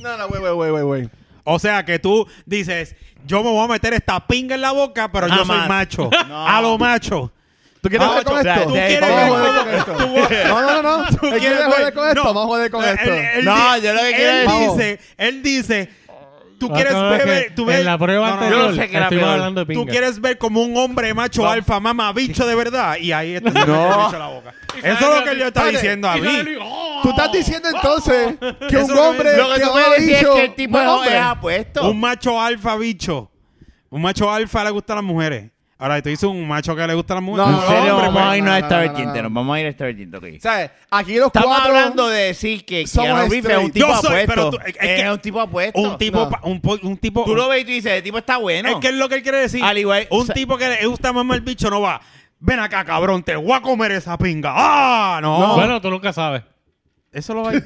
Speaker 3: No, no, güey, güey, güey, güey, güey.
Speaker 1: O sea que tú dices, yo me voy a meter esta pinga en la boca, pero yo
Speaker 2: Jamás.
Speaker 1: soy macho.
Speaker 2: No.
Speaker 1: A lo macho.
Speaker 3: ¿Tú quieres
Speaker 2: Ah,
Speaker 3: joder con
Speaker 2: ocho, claro,
Speaker 3: esto?
Speaker 2: tú quieres
Speaker 3: Vamos
Speaker 2: ver
Speaker 3: a joder con esto. No, no, no. no. ¿Él quiere joder con esto?
Speaker 1: No.
Speaker 3: Vamos a joder con
Speaker 1: Él-
Speaker 3: esto.
Speaker 1: él-
Speaker 2: No, yo lo que quiero
Speaker 1: él
Speaker 2: es-
Speaker 1: dice, él dice, tú quieres
Speaker 4: Acuérdate
Speaker 1: ver, tú
Speaker 4: Ah, que
Speaker 1: ves-
Speaker 4: En la prueba
Speaker 1: No, no,
Speaker 4: anterior,
Speaker 2: yo no sé qué era
Speaker 4: estuvimos
Speaker 2: peor.
Speaker 4: hablando de pinga.
Speaker 1: Tú quieres ver como un hombre macho alfa, mamá, bicho de verdad. Y ahí está
Speaker 3: No.
Speaker 1: el bicho en la boca. Eso es lo que él le está
Speaker 3: Espérate.
Speaker 1: diciendo a mí.
Speaker 3: Tú estás diciendo entonces que un
Speaker 1: Eso lo
Speaker 3: hombre
Speaker 1: que-
Speaker 2: Lo que
Speaker 3: que
Speaker 2: tú
Speaker 3: no
Speaker 2: me
Speaker 3: ha
Speaker 2: decís es
Speaker 3: dicho...
Speaker 2: que el tipo
Speaker 3: no es
Speaker 2: no
Speaker 3: hombre.
Speaker 2: es apuesto.
Speaker 1: Un macho alfa, bicho. Un macho alfa le gusta a las mujeres. Ahora, tú dices un macho que le gusta a las mujeres.
Speaker 3: No,
Speaker 2: En serio,
Speaker 1: hombre,
Speaker 2: vamos a
Speaker 3: pues.
Speaker 2: irnos a esta
Speaker 3: No, no, no,
Speaker 2: vertiente.
Speaker 3: no, no.
Speaker 2: Nos vamos a ir a esta vertiente, ok.
Speaker 3: ¿Sabes? Aquí los
Speaker 2: Estamos
Speaker 3: cuatro...
Speaker 2: hablando de decir que
Speaker 3: somos
Speaker 2: Keanu Reeves es un
Speaker 3: straight.
Speaker 2: tipo
Speaker 1: Yo soy, pero
Speaker 2: apuesto.
Speaker 1: tú- es
Speaker 2: es,
Speaker 1: que-
Speaker 2: un tipo apuesto.
Speaker 1: Un tipo,
Speaker 3: No.
Speaker 1: pa- un, po- un tipo.
Speaker 2: Tú lo ves y tú dices, el tipo está bueno.
Speaker 1: Es que es lo que él quiere decir.
Speaker 2: Al igual-
Speaker 1: un
Speaker 2: o sea-
Speaker 1: tipo que le gusta mamar el bicho no va. Ven acá, cabrón, te voy a comer esa pinga. ¡Ah! No.
Speaker 4: Bueno, tú nunca sabes.
Speaker 1: eso lo va a-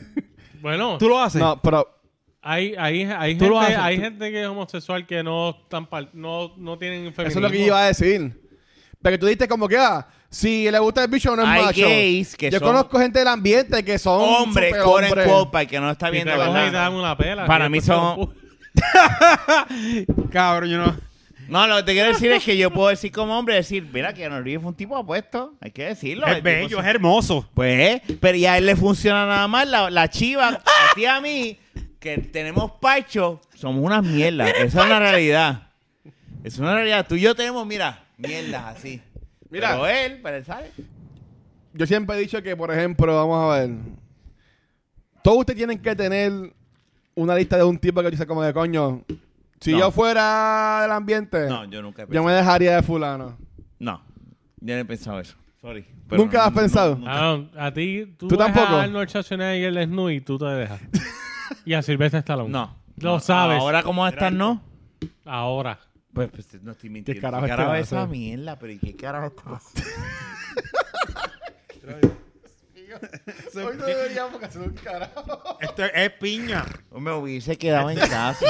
Speaker 4: Bueno,
Speaker 1: Tú lo haces.
Speaker 3: No, pero...
Speaker 4: hay, hay, hay,
Speaker 1: Tú
Speaker 4: gente,
Speaker 1: lo haces,
Speaker 4: hay
Speaker 1: tú-
Speaker 4: gente que es homosexual que no, están par- no, no tienen feminismo.
Speaker 3: Eso es lo que yo iba a decir. Pero tú dijiste como que, ah, si le gusta el bicho no es
Speaker 2: Hay
Speaker 3: macho.
Speaker 2: gays que
Speaker 3: Yo
Speaker 2: son-
Speaker 3: conozco gente del ambiente que son
Speaker 2: Hombre, core
Speaker 3: superhombres.
Speaker 2: en copa, que no está
Speaker 4: Y te
Speaker 2: viendo,
Speaker 4: cogen y te
Speaker 2: ¿verdad?
Speaker 4: dan una pela.
Speaker 2: Para
Speaker 4: Y
Speaker 2: mí
Speaker 4: después
Speaker 2: son-
Speaker 4: te lo-
Speaker 1: Cabrón, yo no.
Speaker 2: No, lo que te quiero decir es que yo puedo decir como hombre, decir, mira, Keanu Reeves es un tipo apuesto. Hay que decirlo. el
Speaker 1: Es
Speaker 2: tipo
Speaker 1: bello,
Speaker 2: se-
Speaker 1: es hermoso.
Speaker 2: Pues, pero ya a él le funciona nada más la, la chiva. A ti y a mí, que tenemos pacho, somos unas mierdas. Esa es una realidad. Es una realidad. Tú y yo tenemos, mira, mierdas así.
Speaker 3: Mira.
Speaker 2: Pero él, pero él sabe.
Speaker 3: Yo siempre he dicho que, por ejemplo, vamos a ver. Todos ustedes tienen que tener una lista de un tipo que dice como de coño. Si
Speaker 2: No.
Speaker 3: yo fuera del ambiente,
Speaker 2: No, yo nunca he
Speaker 3: yo
Speaker 2: pensado.
Speaker 3: me dejaría de fulano.
Speaker 2: No, yo no he pensado eso. Sorry.
Speaker 3: ¿Nunca has pensado?
Speaker 4: Cabrón, a ti, tú,
Speaker 3: ¿Tú
Speaker 4: ves
Speaker 3: tampoco?
Speaker 4: a Arnold Schwarzenegger desnudo y tú te dejas. y a Sylvester Stallone.
Speaker 2: No.
Speaker 4: Lo sabes.
Speaker 2: Ahora, ¿cómo estás, no?
Speaker 4: Ahora.
Speaker 2: Pues, pues, no estoy mintiendo.
Speaker 3: ¿Qué carajo
Speaker 2: es
Speaker 3: este
Speaker 2: esa
Speaker 3: vaso?
Speaker 2: mierda? Pero ¿y qué carajo es cosa?
Speaker 3: Hoy no deberíamos hacer un carajo.
Speaker 1: Esto es, es piña.
Speaker 2: Me hubiese quedado en casa.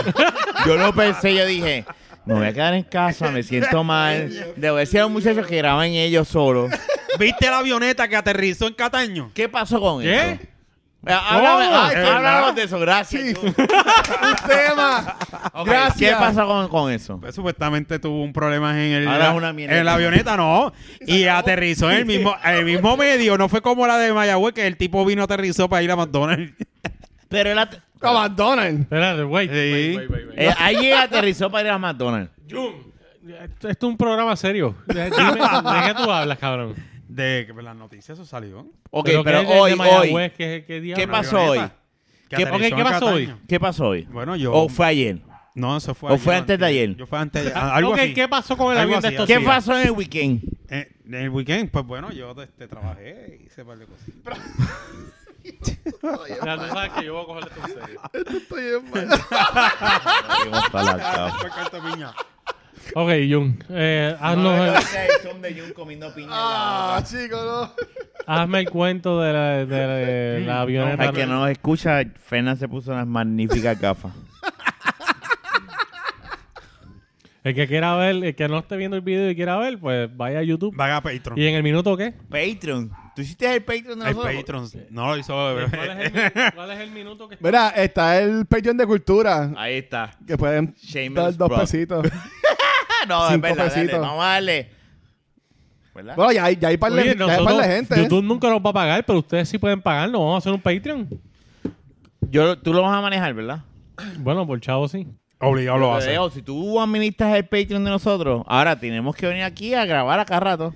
Speaker 2: Yo lo pensé, yo dije, me voy a quedar en casa, me siento mal. Debo decir a los muchachos que graban ellos solos.
Speaker 1: ¿Viste la avioneta que aterrizó en Cataño?
Speaker 2: ¿Qué pasó con
Speaker 4: ¿Qué?
Speaker 2: eso? Háblame,
Speaker 1: Oh,
Speaker 2: ay,
Speaker 1: es verdad.
Speaker 2: háblanos de eso, gracias.
Speaker 3: Sí.
Speaker 2: tú.
Speaker 3: un tema.
Speaker 2: Ok,
Speaker 3: Gracias.
Speaker 2: ¿Qué pasó con, con eso?
Speaker 1: Pues, supuestamente tuvo un problema en el
Speaker 2: Ahora es una mierda.
Speaker 1: en la avioneta no y aterrizó en el mismo en el mismo medio no fue como la de Mayagüez que el tipo vino aterrizó para ir a McDonald's
Speaker 2: Pero él, at-
Speaker 3: Abandonen.
Speaker 4: Espérate, wait.
Speaker 1: Sí.
Speaker 4: wait, wait, wait, wait.
Speaker 2: eh, allí aterrizó para ir a McDonald's.
Speaker 4: Jun, esto, esto es un programa serio. Dime, ¿de qué tú hablas, cabrón?
Speaker 1: de que pues, las noticias eso salió
Speaker 2: Ok,
Speaker 4: ¿qué
Speaker 2: pero,
Speaker 4: es de
Speaker 2: hoy,
Speaker 4: Mayagüez?
Speaker 2: hoy,
Speaker 4: ¿Qué, qué
Speaker 2: ¿qué
Speaker 4: diablos?
Speaker 2: pasó hoy?
Speaker 1: avioneta que
Speaker 4: ¿Qué-
Speaker 1: aterrizó
Speaker 4: ok, ¿qué
Speaker 1: en
Speaker 4: pasó
Speaker 1: Cataño.
Speaker 2: ¿Qué pasó hoy?
Speaker 1: bueno yo
Speaker 2: ¿O fue ayer?
Speaker 1: no eso fue
Speaker 2: o fue
Speaker 1: ayer,
Speaker 2: antes de
Speaker 1: antier.
Speaker 2: ayer.
Speaker 1: yo fue antes de
Speaker 4: Ah,
Speaker 1: algo
Speaker 4: ok,
Speaker 1: así
Speaker 4: ¿Qué pasó con el
Speaker 1: Algo
Speaker 4: avión de
Speaker 1: así,
Speaker 4: estos
Speaker 1: así.
Speaker 2: ¿Qué
Speaker 4: días?
Speaker 2: pasó en el weekend?
Speaker 1: Eh, en el weekend pues bueno yo este, trabajé hice un par de cosas
Speaker 4: Ya tú sabes que yo voy a cogerle esto en serio.
Speaker 3: Estoy en mal.
Speaker 2: Ah,
Speaker 1: Fue carta piña.
Speaker 4: Ok, Jun, eh, haznos el-
Speaker 3: Ah, chicos, no.
Speaker 4: hazme el cuento de la, de la, de la avioneta.
Speaker 2: Al que no nos escucha, Fernan se puso unas magníficas gafas.
Speaker 4: El que quiera ver, el que no esté viendo el video y quiera ver, pues vaya a YouTube.
Speaker 1: vaga a Patreon
Speaker 4: ¿Y en el minuto qué?
Speaker 2: Patreon. ¿Tú hiciste el Patreon de
Speaker 1: el
Speaker 2: nosotros?
Speaker 1: Patreon no eh, lo hizo
Speaker 4: ¿Cuál es el, minu- cuál es el minuto que
Speaker 3: Mira, está el Patreon de Cultura.
Speaker 2: Ahí está.
Speaker 3: Que pueden
Speaker 2: Shameless
Speaker 3: dar dos
Speaker 2: plug.
Speaker 3: pesitos.
Speaker 2: Ah, no, es
Speaker 3: Cinco
Speaker 2: verdad, dale,
Speaker 3: pesitos.
Speaker 2: vamos a darle. ¿Verdad?
Speaker 3: Bueno, ya hay, ya hay par de
Speaker 4: Oye,
Speaker 3: ya hay par de
Speaker 4: nosotros,
Speaker 3: gente.
Speaker 4: YouTube nunca nos va a pagar, pero ustedes sí pueden pagarnos. Vamos a hacer un Patreon.
Speaker 2: Yo, tú lo vas a manejar, ¿verdad?
Speaker 4: Bueno, por chavo sí.
Speaker 1: obligado lo
Speaker 2: Te
Speaker 1: hace
Speaker 2: dejo, si tú administras el Patreon de nosotros, ahora tenemos que venir aquí a grabar a cada rato.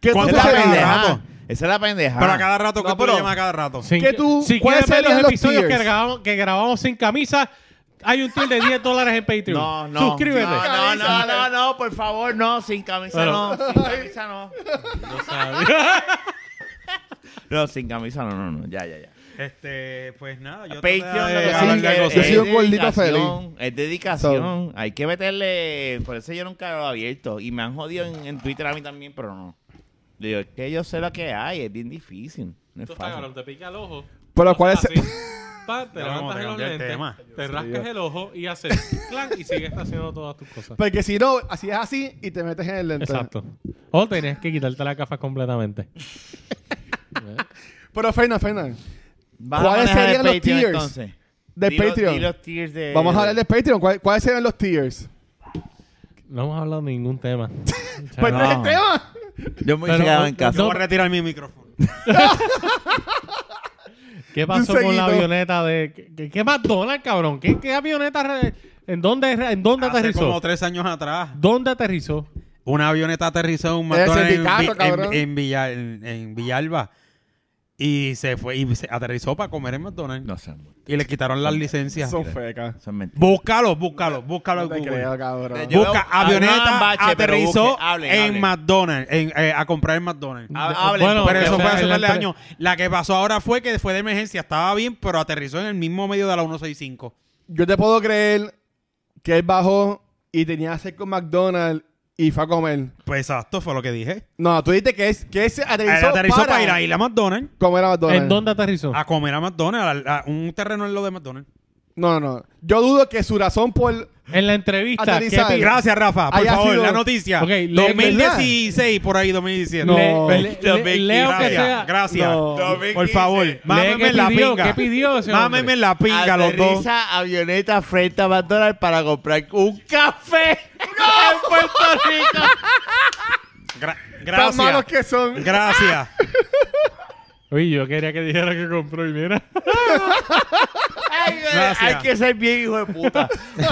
Speaker 3: ¿Qué tú
Speaker 1: ¿Cuánto a
Speaker 2: Esa es la
Speaker 1: cada
Speaker 3: haces?
Speaker 2: pendeja.
Speaker 1: rato?
Speaker 2: Esa es la pendeja.
Speaker 1: pero a cada rato que
Speaker 3: No,
Speaker 1: tú le
Speaker 3: pero-
Speaker 1: llamas a cada rato
Speaker 4: Sin-
Speaker 3: ¿Qué tú-
Speaker 4: si
Speaker 3: cuáles
Speaker 4: quieres ver
Speaker 3: serían
Speaker 4: los
Speaker 3: los
Speaker 4: episodios que
Speaker 3: tiers?
Speaker 4: grabamos, que grabamos sin camisa, hay un tier de 10 dólares en Patreon.
Speaker 2: No, no.
Speaker 4: Suscríbete.
Speaker 2: No, no, no, no, no, por favor, no. Sin camisa
Speaker 4: Bueno.
Speaker 2: no. Sin camisa no. No, sin camisa, no, no, no. Ya, ya, ya.
Speaker 1: Este, pues nada, yo traté
Speaker 2: Patreon, lo que
Speaker 1: de
Speaker 3: sí,
Speaker 2: pasa
Speaker 1: hablar de
Speaker 2: es que
Speaker 3: yo
Speaker 1: algo
Speaker 3: soy
Speaker 2: es
Speaker 1: serio.
Speaker 3: un gordito
Speaker 2: dedicación,
Speaker 3: feliz.
Speaker 2: Es dedicación. Hay que meterle. Por eso yo nunca lo he abierto. Y me han jodido en, en Twitter a mí también, pero no. Yo Digo, es que yo sé lo que hay. Es bien difícil. No es
Speaker 4: Tú estás
Speaker 2: fácil.
Speaker 4: cabrón, te pica el ojo.
Speaker 3: Pero ¿cuál es-
Speaker 4: haces así, pa, te
Speaker 1: Ya vamos a
Speaker 4: levantas los
Speaker 1: cambiar el
Speaker 4: lentes,
Speaker 1: tema.
Speaker 4: te rascas el ojo y haces clan y sigues haciendo todas tus cosas.
Speaker 3: Porque si no, así es así y te metes en el lente.
Speaker 4: Exacto. O Oh, tenías que quitarte las gafas completamente.
Speaker 3: Pero Fernan, Fernan,
Speaker 2: Vas a
Speaker 3: ¿Cuáles
Speaker 2: manejar el
Speaker 3: serían los
Speaker 2: Patreon,
Speaker 3: tiers
Speaker 2: entonces?
Speaker 3: de
Speaker 2: Di los-
Speaker 3: Patreon.
Speaker 2: di los tiers de-
Speaker 3: Vamos a hablar de Patreon. ¿Cuál- ¿Cuáles serán los tiers?
Speaker 4: No hemos hablado de ningún tema. O sea,
Speaker 3: Pues no es el
Speaker 2: no.
Speaker 3: tema.
Speaker 2: Yo me
Speaker 4: Pero
Speaker 2: hubiese quedado
Speaker 4: no-
Speaker 2: en
Speaker 1: Yo
Speaker 2: casa.
Speaker 1: voy a retirar mi micrófono.
Speaker 4: ¿Qué pasó
Speaker 3: Un
Speaker 4: con
Speaker 3: seguido.
Speaker 4: la avioneta de. ¿Qué, qué, qué McDonald's, cabrón? ¿Qué, qué avioneta? re- ¿En dónde, re- en dónde
Speaker 1: Hace
Speaker 4: aterrizó?
Speaker 1: como tres años atrás,
Speaker 4: ¿Dónde aterrizó?
Speaker 1: una avioneta aterrizó en un
Speaker 3: Ese
Speaker 1: McDonald's en,
Speaker 3: sindicato,
Speaker 1: Vi- en-
Speaker 3: cabrón.
Speaker 1: en Villa- en- en Villalba. Y se fue, y se aterrizó para comer en McDonald's.
Speaker 2: No sé. amor.
Speaker 1: Y le quitaron las licencias.
Speaker 3: Son fecas.
Speaker 2: Eso es mentira.
Speaker 1: Búscalo, búscalo, búscalo
Speaker 3: No
Speaker 1: en
Speaker 3: te
Speaker 1: Google.
Speaker 3: creo, cabrón.
Speaker 2: Yo
Speaker 1: Busca
Speaker 2: veo- hablaba en
Speaker 1: avioneta
Speaker 2: bache, pero
Speaker 1: aterrizó
Speaker 2: busque. Hablen,
Speaker 1: en
Speaker 2: hablen.
Speaker 1: McDonald's, en, eh, a comprar en McDonald's.
Speaker 4: Ah,
Speaker 2: Ha- hablen,
Speaker 4: Bueno,
Speaker 2: porque
Speaker 1: pero eso
Speaker 4: o
Speaker 1: fue
Speaker 4: sea,
Speaker 1: hace
Speaker 4: el
Speaker 1: un par de
Speaker 4: empre-
Speaker 1: años. La que pasó ahora fue que fue de emergencia, estaba bien, pero aterrizó en el mismo medio de la 165.
Speaker 3: Yo te puedo creer que él bajó y tenía sed con McDonald's y fue a comer.
Speaker 1: Pues exacto, fue lo que dije.
Speaker 3: No, tú dijiste que es que ese aterrizó,
Speaker 1: Él Eh, aterrizó para, ir a
Speaker 3: ir
Speaker 1: ir a McDonald's,
Speaker 3: comer a McDonald's.
Speaker 4: ¿En dónde aterrizó?
Speaker 1: a comer a McDonald's, a, a un terreno en lo de McDonald's.
Speaker 3: No, no, no. Yo dudo que su razón por
Speaker 4: En la entrevista. ¿qué
Speaker 3: Aterrizar.
Speaker 4: pi-
Speaker 1: Gracias, Rafa. Por
Speaker 3: Ahí ha
Speaker 1: favor,
Speaker 3: sido-
Speaker 1: la noticia.
Speaker 4: Ok, le-
Speaker 1: 2016, por ahí, 2017.
Speaker 3: No.
Speaker 4: Le- le-
Speaker 1: Los
Speaker 4: le-
Speaker 1: Vicky,
Speaker 4: leo que
Speaker 1: gracias,
Speaker 4: sea-
Speaker 1: gracias.
Speaker 4: No.
Speaker 1: Por favor, mámeme
Speaker 4: ¿qué
Speaker 1: la
Speaker 4: pidió?
Speaker 1: pinga.
Speaker 4: ¿Qué pidió ese hombre?
Speaker 1: Mámeme la pinga, los dos.
Speaker 2: Aterriza avioneta frente a McDonald's para comprar un café en Puerto Rico.
Speaker 1: Gra-
Speaker 3: tan malos
Speaker 1: gracias.
Speaker 3: que son.
Speaker 1: Gracias.
Speaker 4: Oye, yo quería que dijera que compró y mira.
Speaker 2: Ay, güey,
Speaker 1: Gracias.
Speaker 2: Hay que ser bien hijo de puta. Es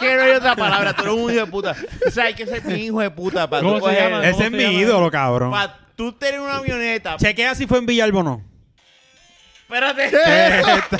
Speaker 2: que no hay otra palabra. Tú eres un hijo de puta. O sea, hay que ser bien hijo de puta para
Speaker 4: ¿Cómo
Speaker 2: tú
Speaker 4: se
Speaker 2: coger-
Speaker 4: llama?
Speaker 1: Ese
Speaker 4: ¿Cómo
Speaker 1: es
Speaker 4: se
Speaker 1: mi
Speaker 4: llama?
Speaker 1: ídolo, cabrón.
Speaker 2: para tú tener una avioneta.
Speaker 1: Chequea si fue en Villalba o no.
Speaker 2: Espérate.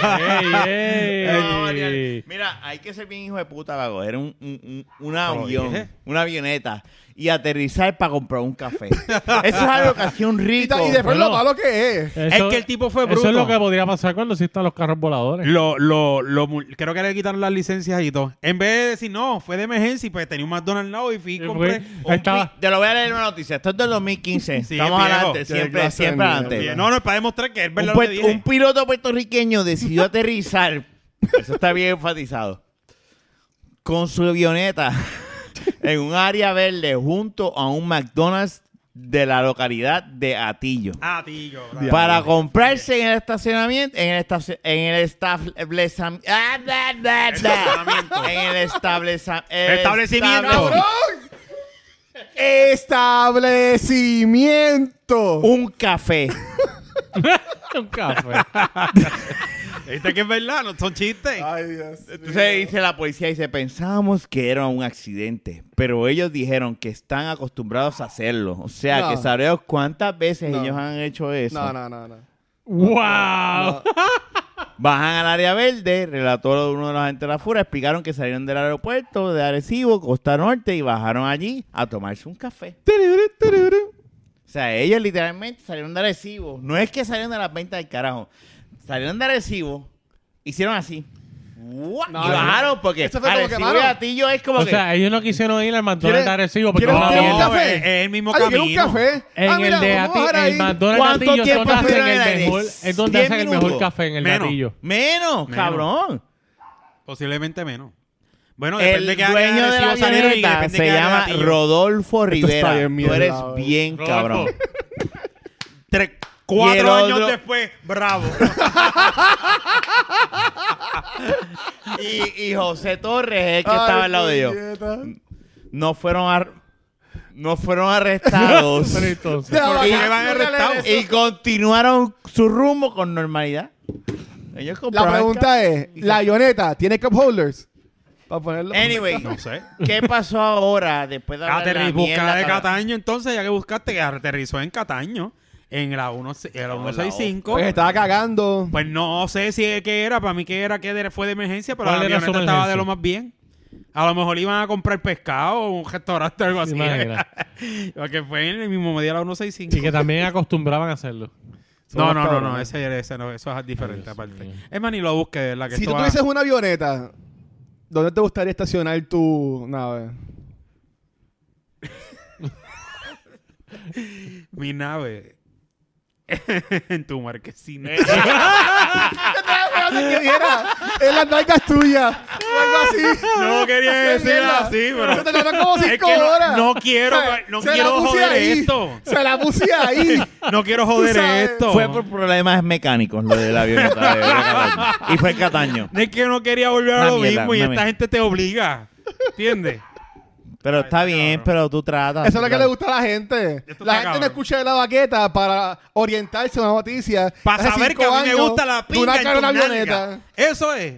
Speaker 4: ¡Ey,
Speaker 2: No, Ariel.
Speaker 4: ey!
Speaker 2: Mira, hay que ser bien hijo de puta para coger un, un- un- un
Speaker 1: Lo dije.
Speaker 2: avión, una avioneta y aterrizar para comprar un café. Eso es algo que hacía un
Speaker 3: Y,
Speaker 2: rico.
Speaker 3: ta- y después
Speaker 4: no.
Speaker 3: lo malo que es.
Speaker 4: Eso-
Speaker 1: es que el tipo fue bruto.
Speaker 4: Eso es lo que podría pasar cuando existan los carros voladores.
Speaker 1: Lo, lo, lo, mul- creo que le quitaron las licencias y todo. En vez de decir, no, fue de emergencia, y pues tenía un McDonald's al lado y fui y
Speaker 4: Y
Speaker 1: compré.
Speaker 4: fue-
Speaker 2: Un
Speaker 4: estaba-
Speaker 2: pi- Te lo voy a leer en una noticia. Esto es del 2015.
Speaker 1: Sí,
Speaker 2: Estamos
Speaker 1: viejo.
Speaker 2: adelante,
Speaker 3: Qué
Speaker 2: siempre,
Speaker 3: clase de
Speaker 2: siempre
Speaker 3: mierda.
Speaker 2: adelante.
Speaker 1: No, no, es para demostrar que es
Speaker 2: un,
Speaker 1: verdad lo que
Speaker 2: puer-
Speaker 1: dije.
Speaker 2: un piloto puertorriqueño decidió aterrizar. Eso está bien enfatizado. Con su avioneta en un área verde junto a un McDonald's de la localidad de Atillo.
Speaker 1: Ah, tío. bravo.
Speaker 2: Para comprarse en el estacionamiento, en el, estaci- en el Ah, establecimiento,
Speaker 1: Estacionamiento.
Speaker 2: en el estableza-
Speaker 1: Establecimiento.
Speaker 2: establec-
Speaker 3: Establecimiento.
Speaker 2: un café.
Speaker 4: Un café.
Speaker 1: Viste que es verdad, no son chistes.
Speaker 2: Ah,
Speaker 3: Ay, Dios.
Speaker 2: Entonces dice la policía, dice, pensábamos que era un accidente, pero ellos dijeron que están acostumbrados a hacerlo. O sea,
Speaker 3: No.
Speaker 2: que sabemos cuántas veces
Speaker 3: No.
Speaker 2: ellos han hecho eso.
Speaker 3: No, no, no, no.
Speaker 4: ¡Wow!
Speaker 2: Bajan al área verde, relató uno de los agentes de la FURA, explicaron que salieron del aeropuerto de Arecibo, Costa Norte, y bajaron allí a tomarse un café. O sea, ellos literalmente salieron de Arecibo. No es que salieron de las ventas del carajo. Salieron de Arecibo, hicieron así. ¡Guau!
Speaker 3: No,
Speaker 2: y
Speaker 3: no.
Speaker 2: bajaron porque
Speaker 3: Eso fue como que,
Speaker 2: Arecibo
Speaker 3: mano.
Speaker 2: y Atillo es como
Speaker 4: O
Speaker 2: que...
Speaker 4: sea, ellos no quisieron ir al McDonald's
Speaker 3: ¿Quieres-
Speaker 4: de Arecibo porque no
Speaker 3: quieres-
Speaker 1: No,
Speaker 3: quieres
Speaker 4: había-
Speaker 3: un
Speaker 1: Es,
Speaker 3: café?
Speaker 1: es el
Speaker 2: Ah,
Speaker 1: mismo
Speaker 3: Ay, yo quiero
Speaker 1: camino.
Speaker 3: un café.
Speaker 4: En
Speaker 3: ah, mira,
Speaker 4: el de
Speaker 3: vamos a
Speaker 4: Ati-
Speaker 3: bajar ahí.
Speaker 4: el McDonald's
Speaker 2: ¿Cuánto
Speaker 4: de Atillo
Speaker 2: tiempo
Speaker 4: solo hacen
Speaker 2: estuvieron en
Speaker 4: el
Speaker 2: el aire?
Speaker 4: mejor, es donde
Speaker 2: ¿Diez
Speaker 4: hacen el
Speaker 2: minutos?
Speaker 4: mejor café en el
Speaker 1: Menos.
Speaker 4: Atillo.
Speaker 2: Menos,
Speaker 1: Menos.
Speaker 2: cabrón.
Speaker 1: Posiblemente menos. Bueno, depende
Speaker 2: El
Speaker 1: de qué área
Speaker 2: dueño de la
Speaker 1: Arecibo salieron y
Speaker 2: avioneta
Speaker 1: depende
Speaker 2: se
Speaker 1: qué área
Speaker 2: llama
Speaker 1: Atillo.
Speaker 2: Rodolfo Rivera.
Speaker 3: bien
Speaker 2: Tú
Speaker 3: mierda,
Speaker 2: eres
Speaker 3: güey.
Speaker 2: bien
Speaker 4: Rodolfo,
Speaker 2: cabrón.
Speaker 1: Tres-
Speaker 2: Y el
Speaker 1: cuatro años
Speaker 2: otro-
Speaker 1: después, bravo.
Speaker 2: Y, y José Torres es el que
Speaker 3: Ay,
Speaker 2: estaba al lado de ellos.
Speaker 3: puñeta.
Speaker 2: No fueron ar- no fueron arrestados.
Speaker 4: Pero entonces,
Speaker 3: Ya,
Speaker 1: ¿Por qué
Speaker 3: ya,
Speaker 1: van
Speaker 3: ya le-
Speaker 1: arrestados?
Speaker 2: y continuaron su rumbo con normalidad. Ellos
Speaker 3: La
Speaker 2: compraban
Speaker 3: pregunta es, ¿la avioneta tiene cup holders? Para ponerlo.
Speaker 2: Anyway,
Speaker 1: No sé.
Speaker 2: ¿qué pasó ahora después de hablar de la
Speaker 1: Aterri-
Speaker 2: mierda
Speaker 1: busca de
Speaker 2: para-
Speaker 1: Cataño, entonces, ya que buscaste, que aterrizó en Cataño, en la, 1 en la
Speaker 2: en la
Speaker 1: 165.
Speaker 3: Pues estaba cagando.
Speaker 1: Pues no sé si es que era, para mí que era que de- fue de emergencia, pero la
Speaker 4: ¿Cuál era su
Speaker 1: avioneta estaba
Speaker 4: emergencia?
Speaker 1: de lo más bien. A lo mejor iban a comprar pescado o un restaurante o algo así.
Speaker 4: Imagina.
Speaker 1: Porque fue en el mismo medio de la
Speaker 4: Y que
Speaker 1: 165.
Speaker 4: también acostumbraban a hacerlo.
Speaker 3: Son
Speaker 1: No,
Speaker 3: unos
Speaker 1: no, no, no,
Speaker 3: cabrones.
Speaker 1: ese, ese no, eso es diferente aparte. Es más, ni lo busques, de ¿verdad? Que
Speaker 3: Si
Speaker 1: esto
Speaker 3: tú
Speaker 1: va-
Speaker 3: tuvieses una avioneta, ¿dónde te gustaría estacionar tu nave?
Speaker 1: Mi nave. en tu marquesina.
Speaker 3: en las nalgas tuyas. o algo así.
Speaker 1: no quería decir
Speaker 3: Mierda.
Speaker 1: así,
Speaker 3: Se
Speaker 1: pero.
Speaker 3: te tardaron como
Speaker 1: Es
Speaker 3: cinco
Speaker 1: que no,
Speaker 3: horas.
Speaker 1: no quiero,
Speaker 3: Se-
Speaker 1: no
Speaker 3: se la
Speaker 1: quiero
Speaker 3: puse
Speaker 1: joder
Speaker 3: ahí.
Speaker 1: esto.
Speaker 3: Se la puse ahí.
Speaker 1: No quiero joder
Speaker 3: sabes.
Speaker 1: esto.
Speaker 2: Fue por problemas mecánicos lo de la avioneta de- de Cataño. Y fue en Cataño.
Speaker 1: Es que no quería volver a
Speaker 2: Una
Speaker 1: lo
Speaker 2: mierda,
Speaker 1: mismo y
Speaker 2: una
Speaker 1: esta
Speaker 2: mierda.
Speaker 1: gente te obliga. ¿Entiendes?
Speaker 2: Pero está bien,
Speaker 1: cabrón.
Speaker 2: pero tú tratas.
Speaker 3: Eso es lo que
Speaker 2: tú
Speaker 3: le gusta a la gente.
Speaker 1: Esto
Speaker 3: La
Speaker 1: está
Speaker 3: gente no
Speaker 1: cabrón.
Speaker 3: escucha de la baqueta para orientarse a una noticia.
Speaker 1: Para
Speaker 3: Hace
Speaker 1: saber
Speaker 3: cinco
Speaker 1: que a mí me
Speaker 3: años,
Speaker 1: gusta la
Speaker 3: tú una
Speaker 1: pinga en
Speaker 3: cara
Speaker 1: tu
Speaker 3: en una
Speaker 1: nalga.
Speaker 3: avioneta.
Speaker 1: Eso es.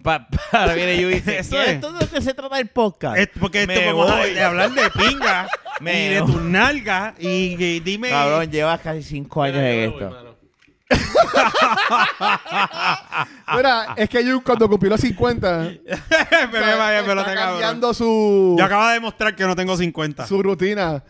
Speaker 2: Pa- Para viene yo y dice,
Speaker 1: Eso
Speaker 2: "¿Qué
Speaker 1: es.
Speaker 2: esto de lo que se trata el podcast.
Speaker 1: Es- porque esto
Speaker 2: Me
Speaker 1: vamos a
Speaker 2: voy.
Speaker 1: de hablar de pinga
Speaker 2: Me
Speaker 1: y de
Speaker 2: voy.
Speaker 1: tus nalgas y, y dime
Speaker 2: Cabrón, llevas casi cinco años en esto.
Speaker 1: Ah,
Speaker 3: Mira, es que Jun cuando cumplió los 50,
Speaker 1: me
Speaker 3: o sea,
Speaker 1: vaya,
Speaker 3: está
Speaker 1: pelota, cabrón.
Speaker 3: cambiando su,
Speaker 1: Yo acabo de demostrar que no tengo 50.
Speaker 3: su rutina.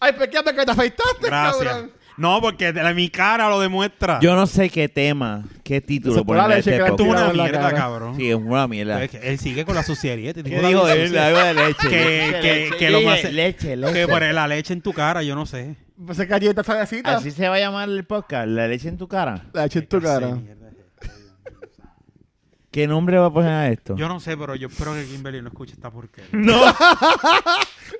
Speaker 3: Ay, ¿por qué que te afeitaste,
Speaker 1: Gracias.
Speaker 3: cabrón?
Speaker 1: No, porque de la- mi cara lo demuestra.
Speaker 2: Yo no sé qué tema, qué
Speaker 3: Eso
Speaker 2: título
Speaker 3: fue
Speaker 2: ponerle
Speaker 3: la
Speaker 2: a
Speaker 3: leche
Speaker 2: este
Speaker 3: que le
Speaker 1: Tú
Speaker 2: podcast.
Speaker 1: una
Speaker 3: tuvo. Tirado en la
Speaker 1: mierda,
Speaker 3: cara.
Speaker 1: cabrón.
Speaker 2: Sí, es una mierda.
Speaker 1: Es que Él sigue con la suciedad. te
Speaker 2: ¿Qué
Speaker 1: digo,
Speaker 2: dijo
Speaker 1: la
Speaker 2: él?
Speaker 1: suciedad.
Speaker 2: Algo de leche.
Speaker 1: Que-
Speaker 2: Leche,
Speaker 1: que-
Speaker 2: leche.
Speaker 1: que lo
Speaker 2: Yo
Speaker 1: más-
Speaker 2: dije, Leche,
Speaker 1: Que
Speaker 2: leche.
Speaker 1: pone la leche en tu cara, yo no sé.
Speaker 3: Pues es que allí está esa gasita.
Speaker 2: Así se va a llamar el podcast, la leche en tu cara.
Speaker 3: La eché en tu cara.
Speaker 2: ¿Qué nombre va a poner a esto?
Speaker 1: Yo no sé, pero yo espero que Kimberly no escuche esta porquería.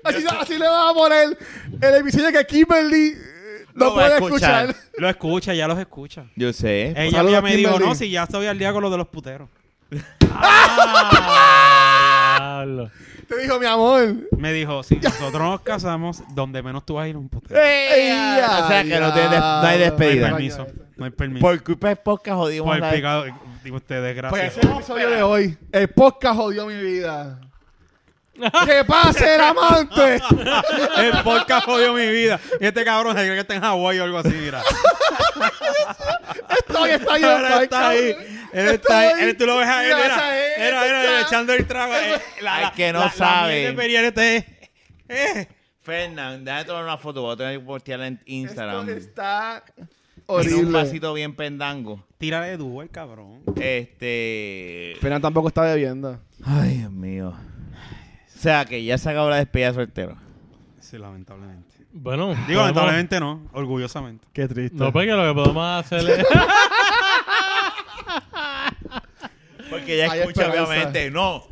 Speaker 3: Así, así le vas a poner el episodio que Kimberly eh, no,
Speaker 2: Lo va a
Speaker 3: puede
Speaker 2: escuchar.
Speaker 3: escuchar.
Speaker 1: Lo escucha, ya los escucha.
Speaker 2: Yo sé.
Speaker 1: Ella
Speaker 3: saludos
Speaker 1: ya
Speaker 3: a
Speaker 1: me dijo,
Speaker 3: Kimberly.
Speaker 1: no, si ya estoy al día con lo de los puteros.
Speaker 4: Diablo.
Speaker 3: Te dijo, mi amor.
Speaker 1: Me dijo, si nosotros nos casamos, donde menos tú vas a ir a un putero.
Speaker 3: Eh,
Speaker 2: Ey,
Speaker 3: ya,
Speaker 2: o sea que no, tiene- no hay
Speaker 1: No hay
Speaker 2: despedida.
Speaker 3: Ay,
Speaker 1: permiso. No hay permiso. Por,
Speaker 2: Por culpa del podcast jodimos la-
Speaker 1: el picado, digo ustedes,
Speaker 3: Pues
Speaker 1: gracias.
Speaker 3: ese es el episodio de hoy. El podcast jodió mi vida. ¡Que pase el amante!
Speaker 1: el podcast jodió mi vida. Y este cabrón se cree que está en Hawái o algo así, mira.
Speaker 3: Todavía está ahí.
Speaker 1: Ahora está ahí. Él está ahí. Él, tú lo ves a él.
Speaker 3: Mira,
Speaker 1: Era,
Speaker 3: esa es,
Speaker 1: era, era,
Speaker 3: está.
Speaker 1: echando el trago. eh,
Speaker 2: Ay, que no
Speaker 1: la- la
Speaker 2: sabe.
Speaker 1: mierda imperial este es, eh.
Speaker 2: Fernan, déjame tomar una foto, voy a tener que postearla en Instagram.
Speaker 3: Esto está
Speaker 2: Tiene un
Speaker 3: horrible.
Speaker 2: vasito bien pendango.
Speaker 1: Tírale duro el cabrón.
Speaker 2: Este.
Speaker 3: Fernan tampoco está bebiendo.
Speaker 2: Ay, Dios mío. O sea que ya se acabó la despedida de soltero.
Speaker 1: Sí, lamentablemente.
Speaker 4: Bueno,
Speaker 1: Digo,
Speaker 4: podemos-
Speaker 1: lamentablemente no. Orgullosamente.
Speaker 3: Qué triste.
Speaker 4: No, pues, porque lo que podemos hacer es.
Speaker 2: Porque ya
Speaker 3: Hay
Speaker 2: escucha,
Speaker 3: esperanza.
Speaker 2: obviamente. No.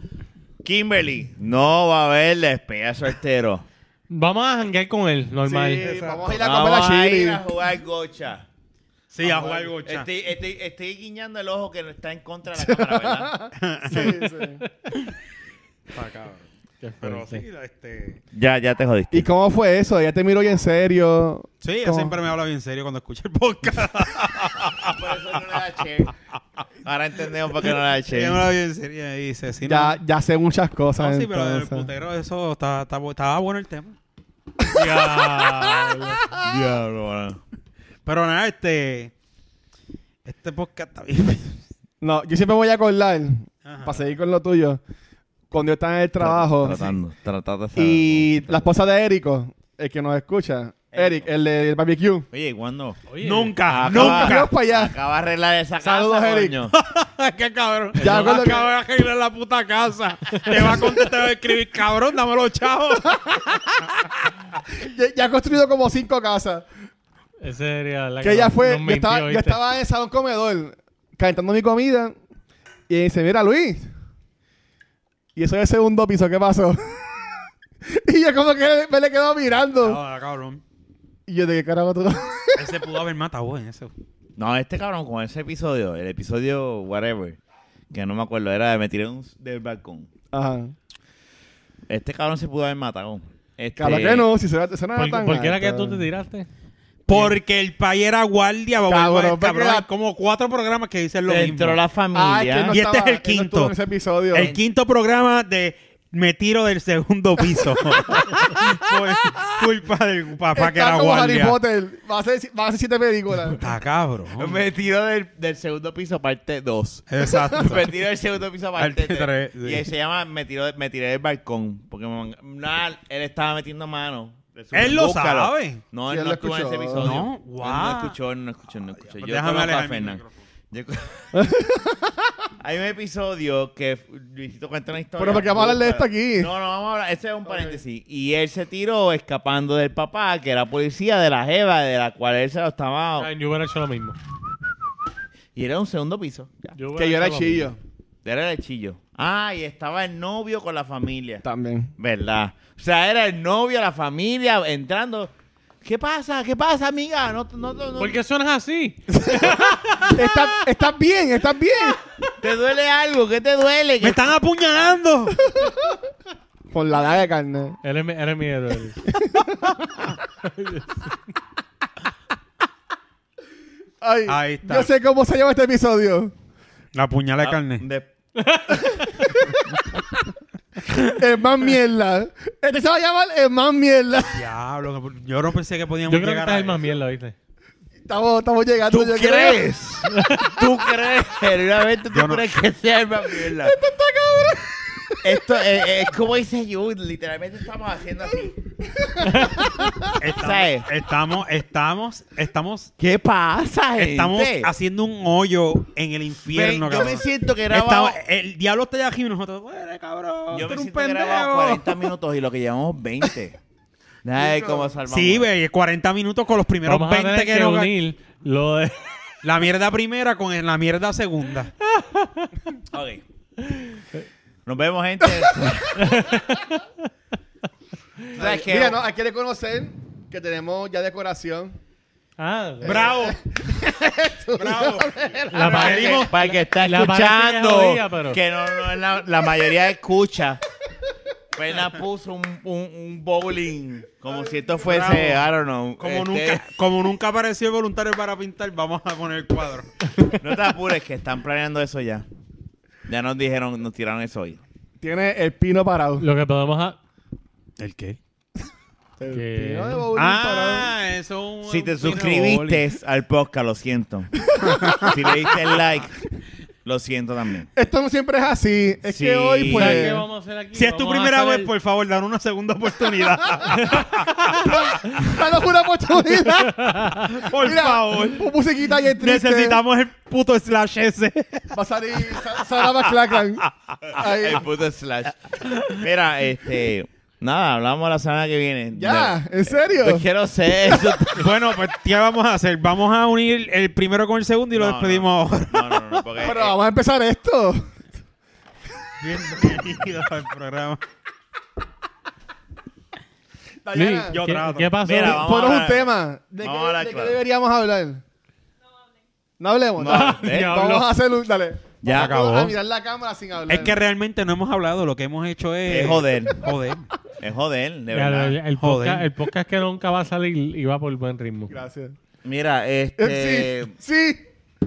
Speaker 2: Kimberly, no va a haber despedida de soltero.
Speaker 4: Vamos a janguear con él, normal.
Speaker 3: Sí, vamos a ir a comer
Speaker 2: Vamos
Speaker 3: a
Speaker 2: a ir
Speaker 3: Chile.
Speaker 2: a jugar gocha.
Speaker 1: Sí, a jugar gocha.
Speaker 2: Estoy, estoy, estoy guiñando el ojo que no está en contra de la cámara, ¿verdad?
Speaker 3: Sí, sí.
Speaker 1: Está cabrón.
Speaker 4: Qué
Speaker 1: Pero
Speaker 4: fuerte.
Speaker 1: sí, este...
Speaker 2: Ya, ya te jodiste.
Speaker 3: ¿Y cómo fue eso? Ella te miró y en serio.
Speaker 1: Sí, ella
Speaker 3: ¿Cómo?
Speaker 1: siempre me habla bien serio cuando escucha el podcast.
Speaker 2: Por eso no le da share. Ahora entendemos por qué no le da
Speaker 1: Ella me
Speaker 2: share.
Speaker 1: habla bien serio y dice, sí,
Speaker 3: Ya,
Speaker 1: no.
Speaker 3: ya sé muchas cosas.
Speaker 1: No, sí, pero del
Speaker 3: entonces.
Speaker 1: putero eso está, está, bu- estaba bueno el tema.
Speaker 4: Diablo.
Speaker 2: Diablo,
Speaker 3: Ah.
Speaker 2: mano.
Speaker 1: Pero nada, este... Este podcast está bien.
Speaker 3: No, yo siempre voy a acordar,
Speaker 1: Ajá.
Speaker 3: para seguir con lo tuyo, cuando yo estaba en el trabajo
Speaker 2: Tratando, tratando de saber.
Speaker 3: y la esposa de Érico, el que nos escucha, Eric, el del barbecue.
Speaker 2: Oye, ¿cuándo?
Speaker 4: Oye,
Speaker 1: Nunca,
Speaker 2: acaba-
Speaker 1: nunca.
Speaker 3: Vamos para allá.
Speaker 2: Acaba de arreglar esa casa,
Speaker 3: Saludos, Eric.
Speaker 2: coño.
Speaker 1: Qué cabrón.
Speaker 3: Ya,
Speaker 1: Ya
Speaker 3: acuérdate que-
Speaker 1: acabo de arreglar la puta casa. Te va a contestar, te va a escribir, cabrón, dame los chavos.
Speaker 3: Ya, ya ha construido como cinco casas.
Speaker 4: Ese sería la
Speaker 3: Que ella
Speaker 4: nos-
Speaker 3: fue,
Speaker 4: nos
Speaker 3: yo,
Speaker 4: mintió,
Speaker 3: estaba, yo
Speaker 4: ¿viste?
Speaker 3: estaba en el salón comedor calentando mi comida y ella dice, mira Luis, y eso es el segundo piso, ¿qué pasó? y yo como que me le quedo mirando.
Speaker 1: Ahora, cabrón.
Speaker 3: Y yo, ¿de qué carajo tú?
Speaker 1: Ese pudo haber matado en eso.
Speaker 2: No, este cabrón con ese episodio, el episodio whatever, que no me acuerdo, era de me tiré un- del balcón.
Speaker 3: Ajá.
Speaker 2: Este cabrón se pudo haber matado. Este,
Speaker 3: Claro que no, si se va se no era
Speaker 4: ¿Por,
Speaker 3: tan
Speaker 4: por qué era que
Speaker 3: alto.
Speaker 4: tú te tiraste?
Speaker 1: Porque el pay era guardia, babá.
Speaker 3: Cabrón,
Speaker 1: Cabrón,
Speaker 3: porque
Speaker 1: cabrón,
Speaker 3: la-
Speaker 1: hay como cuatro programas que dicen lo
Speaker 2: Dentro
Speaker 1: mismo.
Speaker 2: de la
Speaker 3: Ah, es que
Speaker 2: familia.
Speaker 3: él no
Speaker 1: Y este es
Speaker 3: estaba-
Speaker 1: el
Speaker 3: él no estuvo
Speaker 1: quinto.
Speaker 3: en ese episodio.
Speaker 1: El quinto programa de me tiro del segundo piso. Por culpa del papá que
Speaker 3: Está
Speaker 1: era
Speaker 3: como Harry
Speaker 1: guardia.
Speaker 3: Potter. Va a ser, va a ser siete películas.
Speaker 1: Está cabrón.
Speaker 2: Me tiró del, del segundo piso, parte 2.
Speaker 1: Exacto.
Speaker 2: Me tiró del segundo piso, parte
Speaker 1: Parte
Speaker 2: 3.
Speaker 1: tres,
Speaker 2: Y
Speaker 1: sí.
Speaker 2: él se llama me, tiró, me tiré del balcón. Porque me- nada, él estaba metiendo mano.
Speaker 1: Él lo
Speaker 2: Búscalo.
Speaker 1: sabe.
Speaker 2: No,
Speaker 3: Sí,
Speaker 2: él
Speaker 3: él
Speaker 2: no
Speaker 3: lo
Speaker 2: estuvo en ese
Speaker 3: escuchó.
Speaker 2: episodio.
Speaker 1: No,
Speaker 2: Él
Speaker 1: guau.
Speaker 2: no escuchó, él no escuchó, él no escuchó.
Speaker 1: Pues
Speaker 2: Yo
Speaker 1: déjame
Speaker 2: conozco a
Speaker 1: alejarme del
Speaker 2: Fernan.
Speaker 1: micrófono.
Speaker 2: Yo con- Hay un episodio que Luisito cuenta una historia.
Speaker 3: Pero porque vamos a hablar de esto aquí.
Speaker 2: No, no, vamos a hablar. Ese es un paréntesis. Y él se tiró escapando del papá, que era policía de la Jeva, de la cual él se lo estaba.
Speaker 4: Ay, Ah, Yo hubiera hecho lo mismo.
Speaker 2: Y era un segundo piso.
Speaker 4: hubiera
Speaker 3: Que yo era
Speaker 4: hecho lo mismo.
Speaker 3: chillo.
Speaker 2: Era el chillo. Ah, y estaba el novio con la familia.
Speaker 3: También.
Speaker 2: ¿Verdad? O sea, era el novio, la familia, entrando. ¿Qué pasa? ¿Qué pasa, amiga? No, no, no, no-
Speaker 4: ¿Por qué suenas así?
Speaker 3: ¿Estás, estás bien, estás bien.
Speaker 2: ¿Te duele algo? ¿Qué te duele?
Speaker 1: ¡Me
Speaker 2: ¿Qué-
Speaker 1: están apuñalando!
Speaker 3: Por la daga de carne.
Speaker 4: Él es mi, él es mi héroe. Luis.
Speaker 3: Ay,
Speaker 1: Ahí está.
Speaker 3: Yo sé cómo se llama este episodio.
Speaker 1: La puñalada de carne.
Speaker 2: De-
Speaker 3: El más mierda. Este se va a llamar el más mierda.
Speaker 1: Diablo, yo no pensé que podíamos
Speaker 4: Yo creo que
Speaker 1: llegar
Speaker 4: estás
Speaker 1: a
Speaker 4: el más
Speaker 1: eso.
Speaker 4: mierda, ¿viste?
Speaker 3: Estamos, estamos llegando.
Speaker 2: ¿Tú
Speaker 3: yo creo.
Speaker 2: crees? ¿Tú crees? Realmente tú
Speaker 1: Yo no-
Speaker 2: crees que sea el más mierda. Esto está cabrón. Esto es, es como dice Jude, literalmente estamos haciendo así. ¿Sabes?
Speaker 1: Estamos, estamos, estamos, estamos,
Speaker 2: ¿Qué pasa, gente?
Speaker 1: estamos haciendo un hoyo en el
Speaker 2: Ven,
Speaker 1: infierno,
Speaker 2: yo me
Speaker 1: cabrón.
Speaker 2: siento que grabamos.
Speaker 1: Estaba- el diablo está allá arriba y nosotros, "Eres cabrón,
Speaker 2: Yo
Speaker 1: tú
Speaker 2: me
Speaker 1: eres un
Speaker 2: siento que grabamos
Speaker 1: pendejo.
Speaker 2: 40 minutos y lo que llevamos 20. Ay, cómo salvamos.
Speaker 1: Sí, ve, 40 minutos con los primeros
Speaker 4: Vamos a
Speaker 1: 20
Speaker 4: tener
Speaker 1: que,
Speaker 4: que
Speaker 1: nos-
Speaker 4: unir lo de...
Speaker 1: La mierda primera con la mierda segunda.
Speaker 2: Ok. Nos vemos, gente. ¿Sabes qué?
Speaker 3: Mira, no, hay que reconocer que tenemos ya decoración.
Speaker 4: Ah,
Speaker 1: ¡Bravo! ¡Bravo!
Speaker 2: para,
Speaker 4: La pared-
Speaker 2: que, para el que está
Speaker 4: la pared
Speaker 2: escuchando,
Speaker 4: sigue jodida, pero-
Speaker 2: que no, no es la, la mayoría escucha. Fernan puso un, un- un bowling como si esto fuese, I don't know.
Speaker 1: Como,
Speaker 2: este,
Speaker 1: nunca, como nunca apareció el voluntario para pintar, vamos a poner el cuadro.
Speaker 2: No te apures, que están planeando eso ya. Ya nos dijeron, nos tiraron eso hoy.
Speaker 3: Tiene el pino parado.
Speaker 4: Lo que podemos... ha-
Speaker 1: ¿El qué?
Speaker 3: El
Speaker 4: que-
Speaker 3: pino de bowling parado.
Speaker 1: Ah, eso es un-
Speaker 2: Si te
Speaker 1: un pino
Speaker 2: suscribiste
Speaker 1: bowling.
Speaker 2: al podcast, lo siento. si le diste el like, lo siento también.
Speaker 3: Esto no siempre es así. Es
Speaker 2: Sí.
Speaker 3: que hoy,
Speaker 2: Pues-
Speaker 4: ¿Sabes qué
Speaker 3: pues.
Speaker 4: vamos a hacer aquí?
Speaker 1: Si es tu
Speaker 4: Vamos a
Speaker 1: primera
Speaker 4: hacer
Speaker 1: vez, pues,
Speaker 4: el-
Speaker 1: por favor, dan una segunda oportunidad.
Speaker 3: Danos una oportunidad.
Speaker 1: por
Speaker 3: Mira,
Speaker 1: favor.
Speaker 3: pon musiquita y el triste.
Speaker 1: Necesitamos el puto slash ese.
Speaker 3: Va a salir Sa- Sara McLachlan. Ahí.
Speaker 2: El puto slash. Mira, este. Nada, hablamos la semana que viene.
Speaker 3: Ya,
Speaker 2: No,
Speaker 3: ¿en serio?
Speaker 2: Pues quiero ser. eso-
Speaker 1: bueno, pues, ¿qué vamos a hacer? Vamos a unir el primero con el segundo y lo
Speaker 2: No,
Speaker 1: despedimos ahora.
Speaker 2: No, no, no, porque.
Speaker 3: Pero vamos a empezar esto.
Speaker 1: Bienvenidos al programa.
Speaker 3: Dayana,
Speaker 1: Yo
Speaker 4: ¿Qué,
Speaker 1: trato.
Speaker 4: ¿Qué pasó?
Speaker 2: Mira, vamos.
Speaker 3: ponos
Speaker 2: a
Speaker 3: un
Speaker 2: hablar.
Speaker 3: tema. ¿De,
Speaker 2: Vamos
Speaker 3: qué,
Speaker 2: a hablar
Speaker 3: de qué
Speaker 2: claro.
Speaker 3: deberíamos hablar? No hablemos. No
Speaker 2: No,
Speaker 3: hablemos.
Speaker 2: ¿eh?
Speaker 3: Vamos a hacer un... Dale.
Speaker 2: Ya.
Speaker 3: Vamos
Speaker 1: Acabó.
Speaker 3: A mirar la cámara sin hablar.
Speaker 1: Es que realmente no hemos hablado, lo que hemos hecho es.
Speaker 2: Es joder.
Speaker 1: Joder.
Speaker 2: Es joder, de
Speaker 4: Mira, el,
Speaker 2: verdad.
Speaker 4: el
Speaker 1: Joder.
Speaker 4: podcast, el podcast que nunca va a salir y va por buen ritmo.
Speaker 3: Gracias.
Speaker 2: Mira,
Speaker 3: Eh,
Speaker 2: este.
Speaker 3: Sí, sí.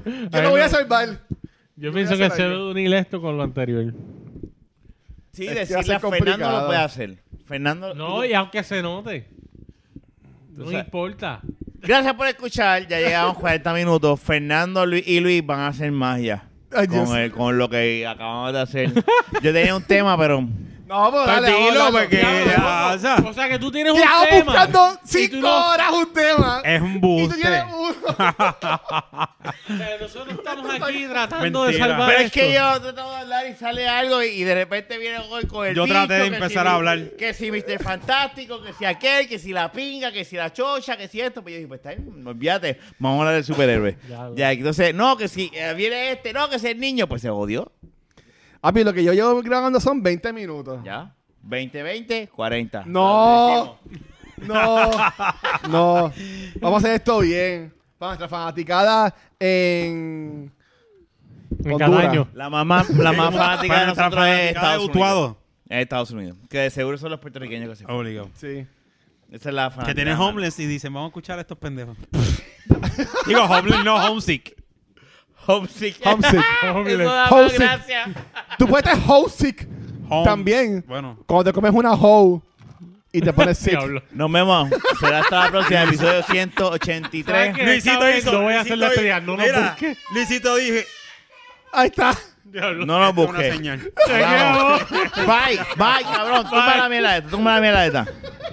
Speaker 3: Yo
Speaker 4: Ay,
Speaker 3: lo voy
Speaker 4: no.
Speaker 3: a salvar.
Speaker 4: Yo
Speaker 3: Yo
Speaker 4: pienso
Speaker 3: voy a
Speaker 4: que
Speaker 3: hacer
Speaker 4: se
Speaker 3: algo.
Speaker 4: debe unir esto con lo anterior.
Speaker 2: Sí,
Speaker 3: Es que va
Speaker 2: decirle
Speaker 3: a ser
Speaker 2: a Fernando
Speaker 3: complicado.
Speaker 2: lo puede hacer. Fernando.
Speaker 4: No, y aunque se note. No
Speaker 2: O sea-
Speaker 4: importa.
Speaker 2: Gracias por escuchar. Ya llegamos 40 minutos. Fernando Luis y Luis van a hacer más ya.
Speaker 3: Ay, Dios.
Speaker 2: Con, el- con lo que acabamos de hacer. Yo tenía un tema, pero.
Speaker 3: No, pues dale. vamos a
Speaker 1: Tranquilo,
Speaker 3: hablarlo.
Speaker 1: porque-
Speaker 4: Diablo,
Speaker 1: ya,
Speaker 4: loco.
Speaker 1: o sea-
Speaker 4: o sea, que tú tienes un
Speaker 3: Llevamos
Speaker 4: tema.
Speaker 3: buscando
Speaker 4: y tú
Speaker 3: cinco
Speaker 4: no-
Speaker 3: horas un tema.
Speaker 1: Es un
Speaker 3: Y tú
Speaker 1: buste.
Speaker 3: tienes uno.
Speaker 4: o sea, nosotros estamos aquí tratando de
Speaker 1: Mentira.
Speaker 4: salvar
Speaker 2: Pero es que
Speaker 4: esto.
Speaker 2: yo trato de hablar y sale algo y, y de repente viene hoy con el
Speaker 1: Yo
Speaker 2: bicho,
Speaker 1: traté de
Speaker 2: que
Speaker 1: empezar
Speaker 2: si
Speaker 1: a
Speaker 2: mi-
Speaker 1: hablar.
Speaker 2: Que si Mr. Fantástico, que si aquel, que si la pinga, que si la chocha, que si esto. Pues yo dije, pues está bien, olvídate. Vamos a hablar del superhéroe.
Speaker 4: Ya,
Speaker 2: ya,
Speaker 4: ya.
Speaker 2: entonces, no, que si eh, viene este, no, que si el niño, pues se odió.
Speaker 3: Papi, lo que yo llevo grabando son 20 minutos.
Speaker 2: Ya. 20, 20, 40.
Speaker 3: No, no, no. Vamos a hacer esto bien. Para nuestra fanaticada en.
Speaker 4: En cada
Speaker 3: Honduras.
Speaker 4: año.
Speaker 2: La mamá, la más fanática
Speaker 1: Para
Speaker 2: de
Speaker 1: nuestra
Speaker 2: nosotros es
Speaker 1: fanaticada de
Speaker 2: Estados
Speaker 1: Utuado.
Speaker 2: Unidos. Es Estados Unidos. Que de seguro son los puertorriqueños que se fueron.
Speaker 1: Obligado.
Speaker 3: Sí.
Speaker 2: Esa es la fanática.
Speaker 1: Que tienen homeless y dicen, vamos a escuchar a estos pendejos. Digo, homeless no, homesick.
Speaker 2: Homesick.
Speaker 3: Homesick.
Speaker 2: Eso da más
Speaker 3: Homesick.
Speaker 2: gracia.
Speaker 3: Tú puedes estar homesick
Speaker 1: Homes.
Speaker 3: también.
Speaker 1: Bueno.
Speaker 3: Cuando te comes una hoe y te pones sick.
Speaker 4: Diablo.
Speaker 2: Nos vemos. Será hasta la próxima. Episodio
Speaker 4: ¿Sabes
Speaker 2: 183.
Speaker 4: qué? Está bien, Yo voy a hacer la pelea. No nos
Speaker 1: Mira,
Speaker 4: busques.
Speaker 1: Luisito dije.
Speaker 3: Ahí está.
Speaker 4: Diablo.
Speaker 2: No nos
Speaker 1: "Esto es una
Speaker 2: busques.
Speaker 1: señal".
Speaker 2: Vamos. Bye. Bye, cabrón. Tumba la mierda esta. Tumba la mierda esta.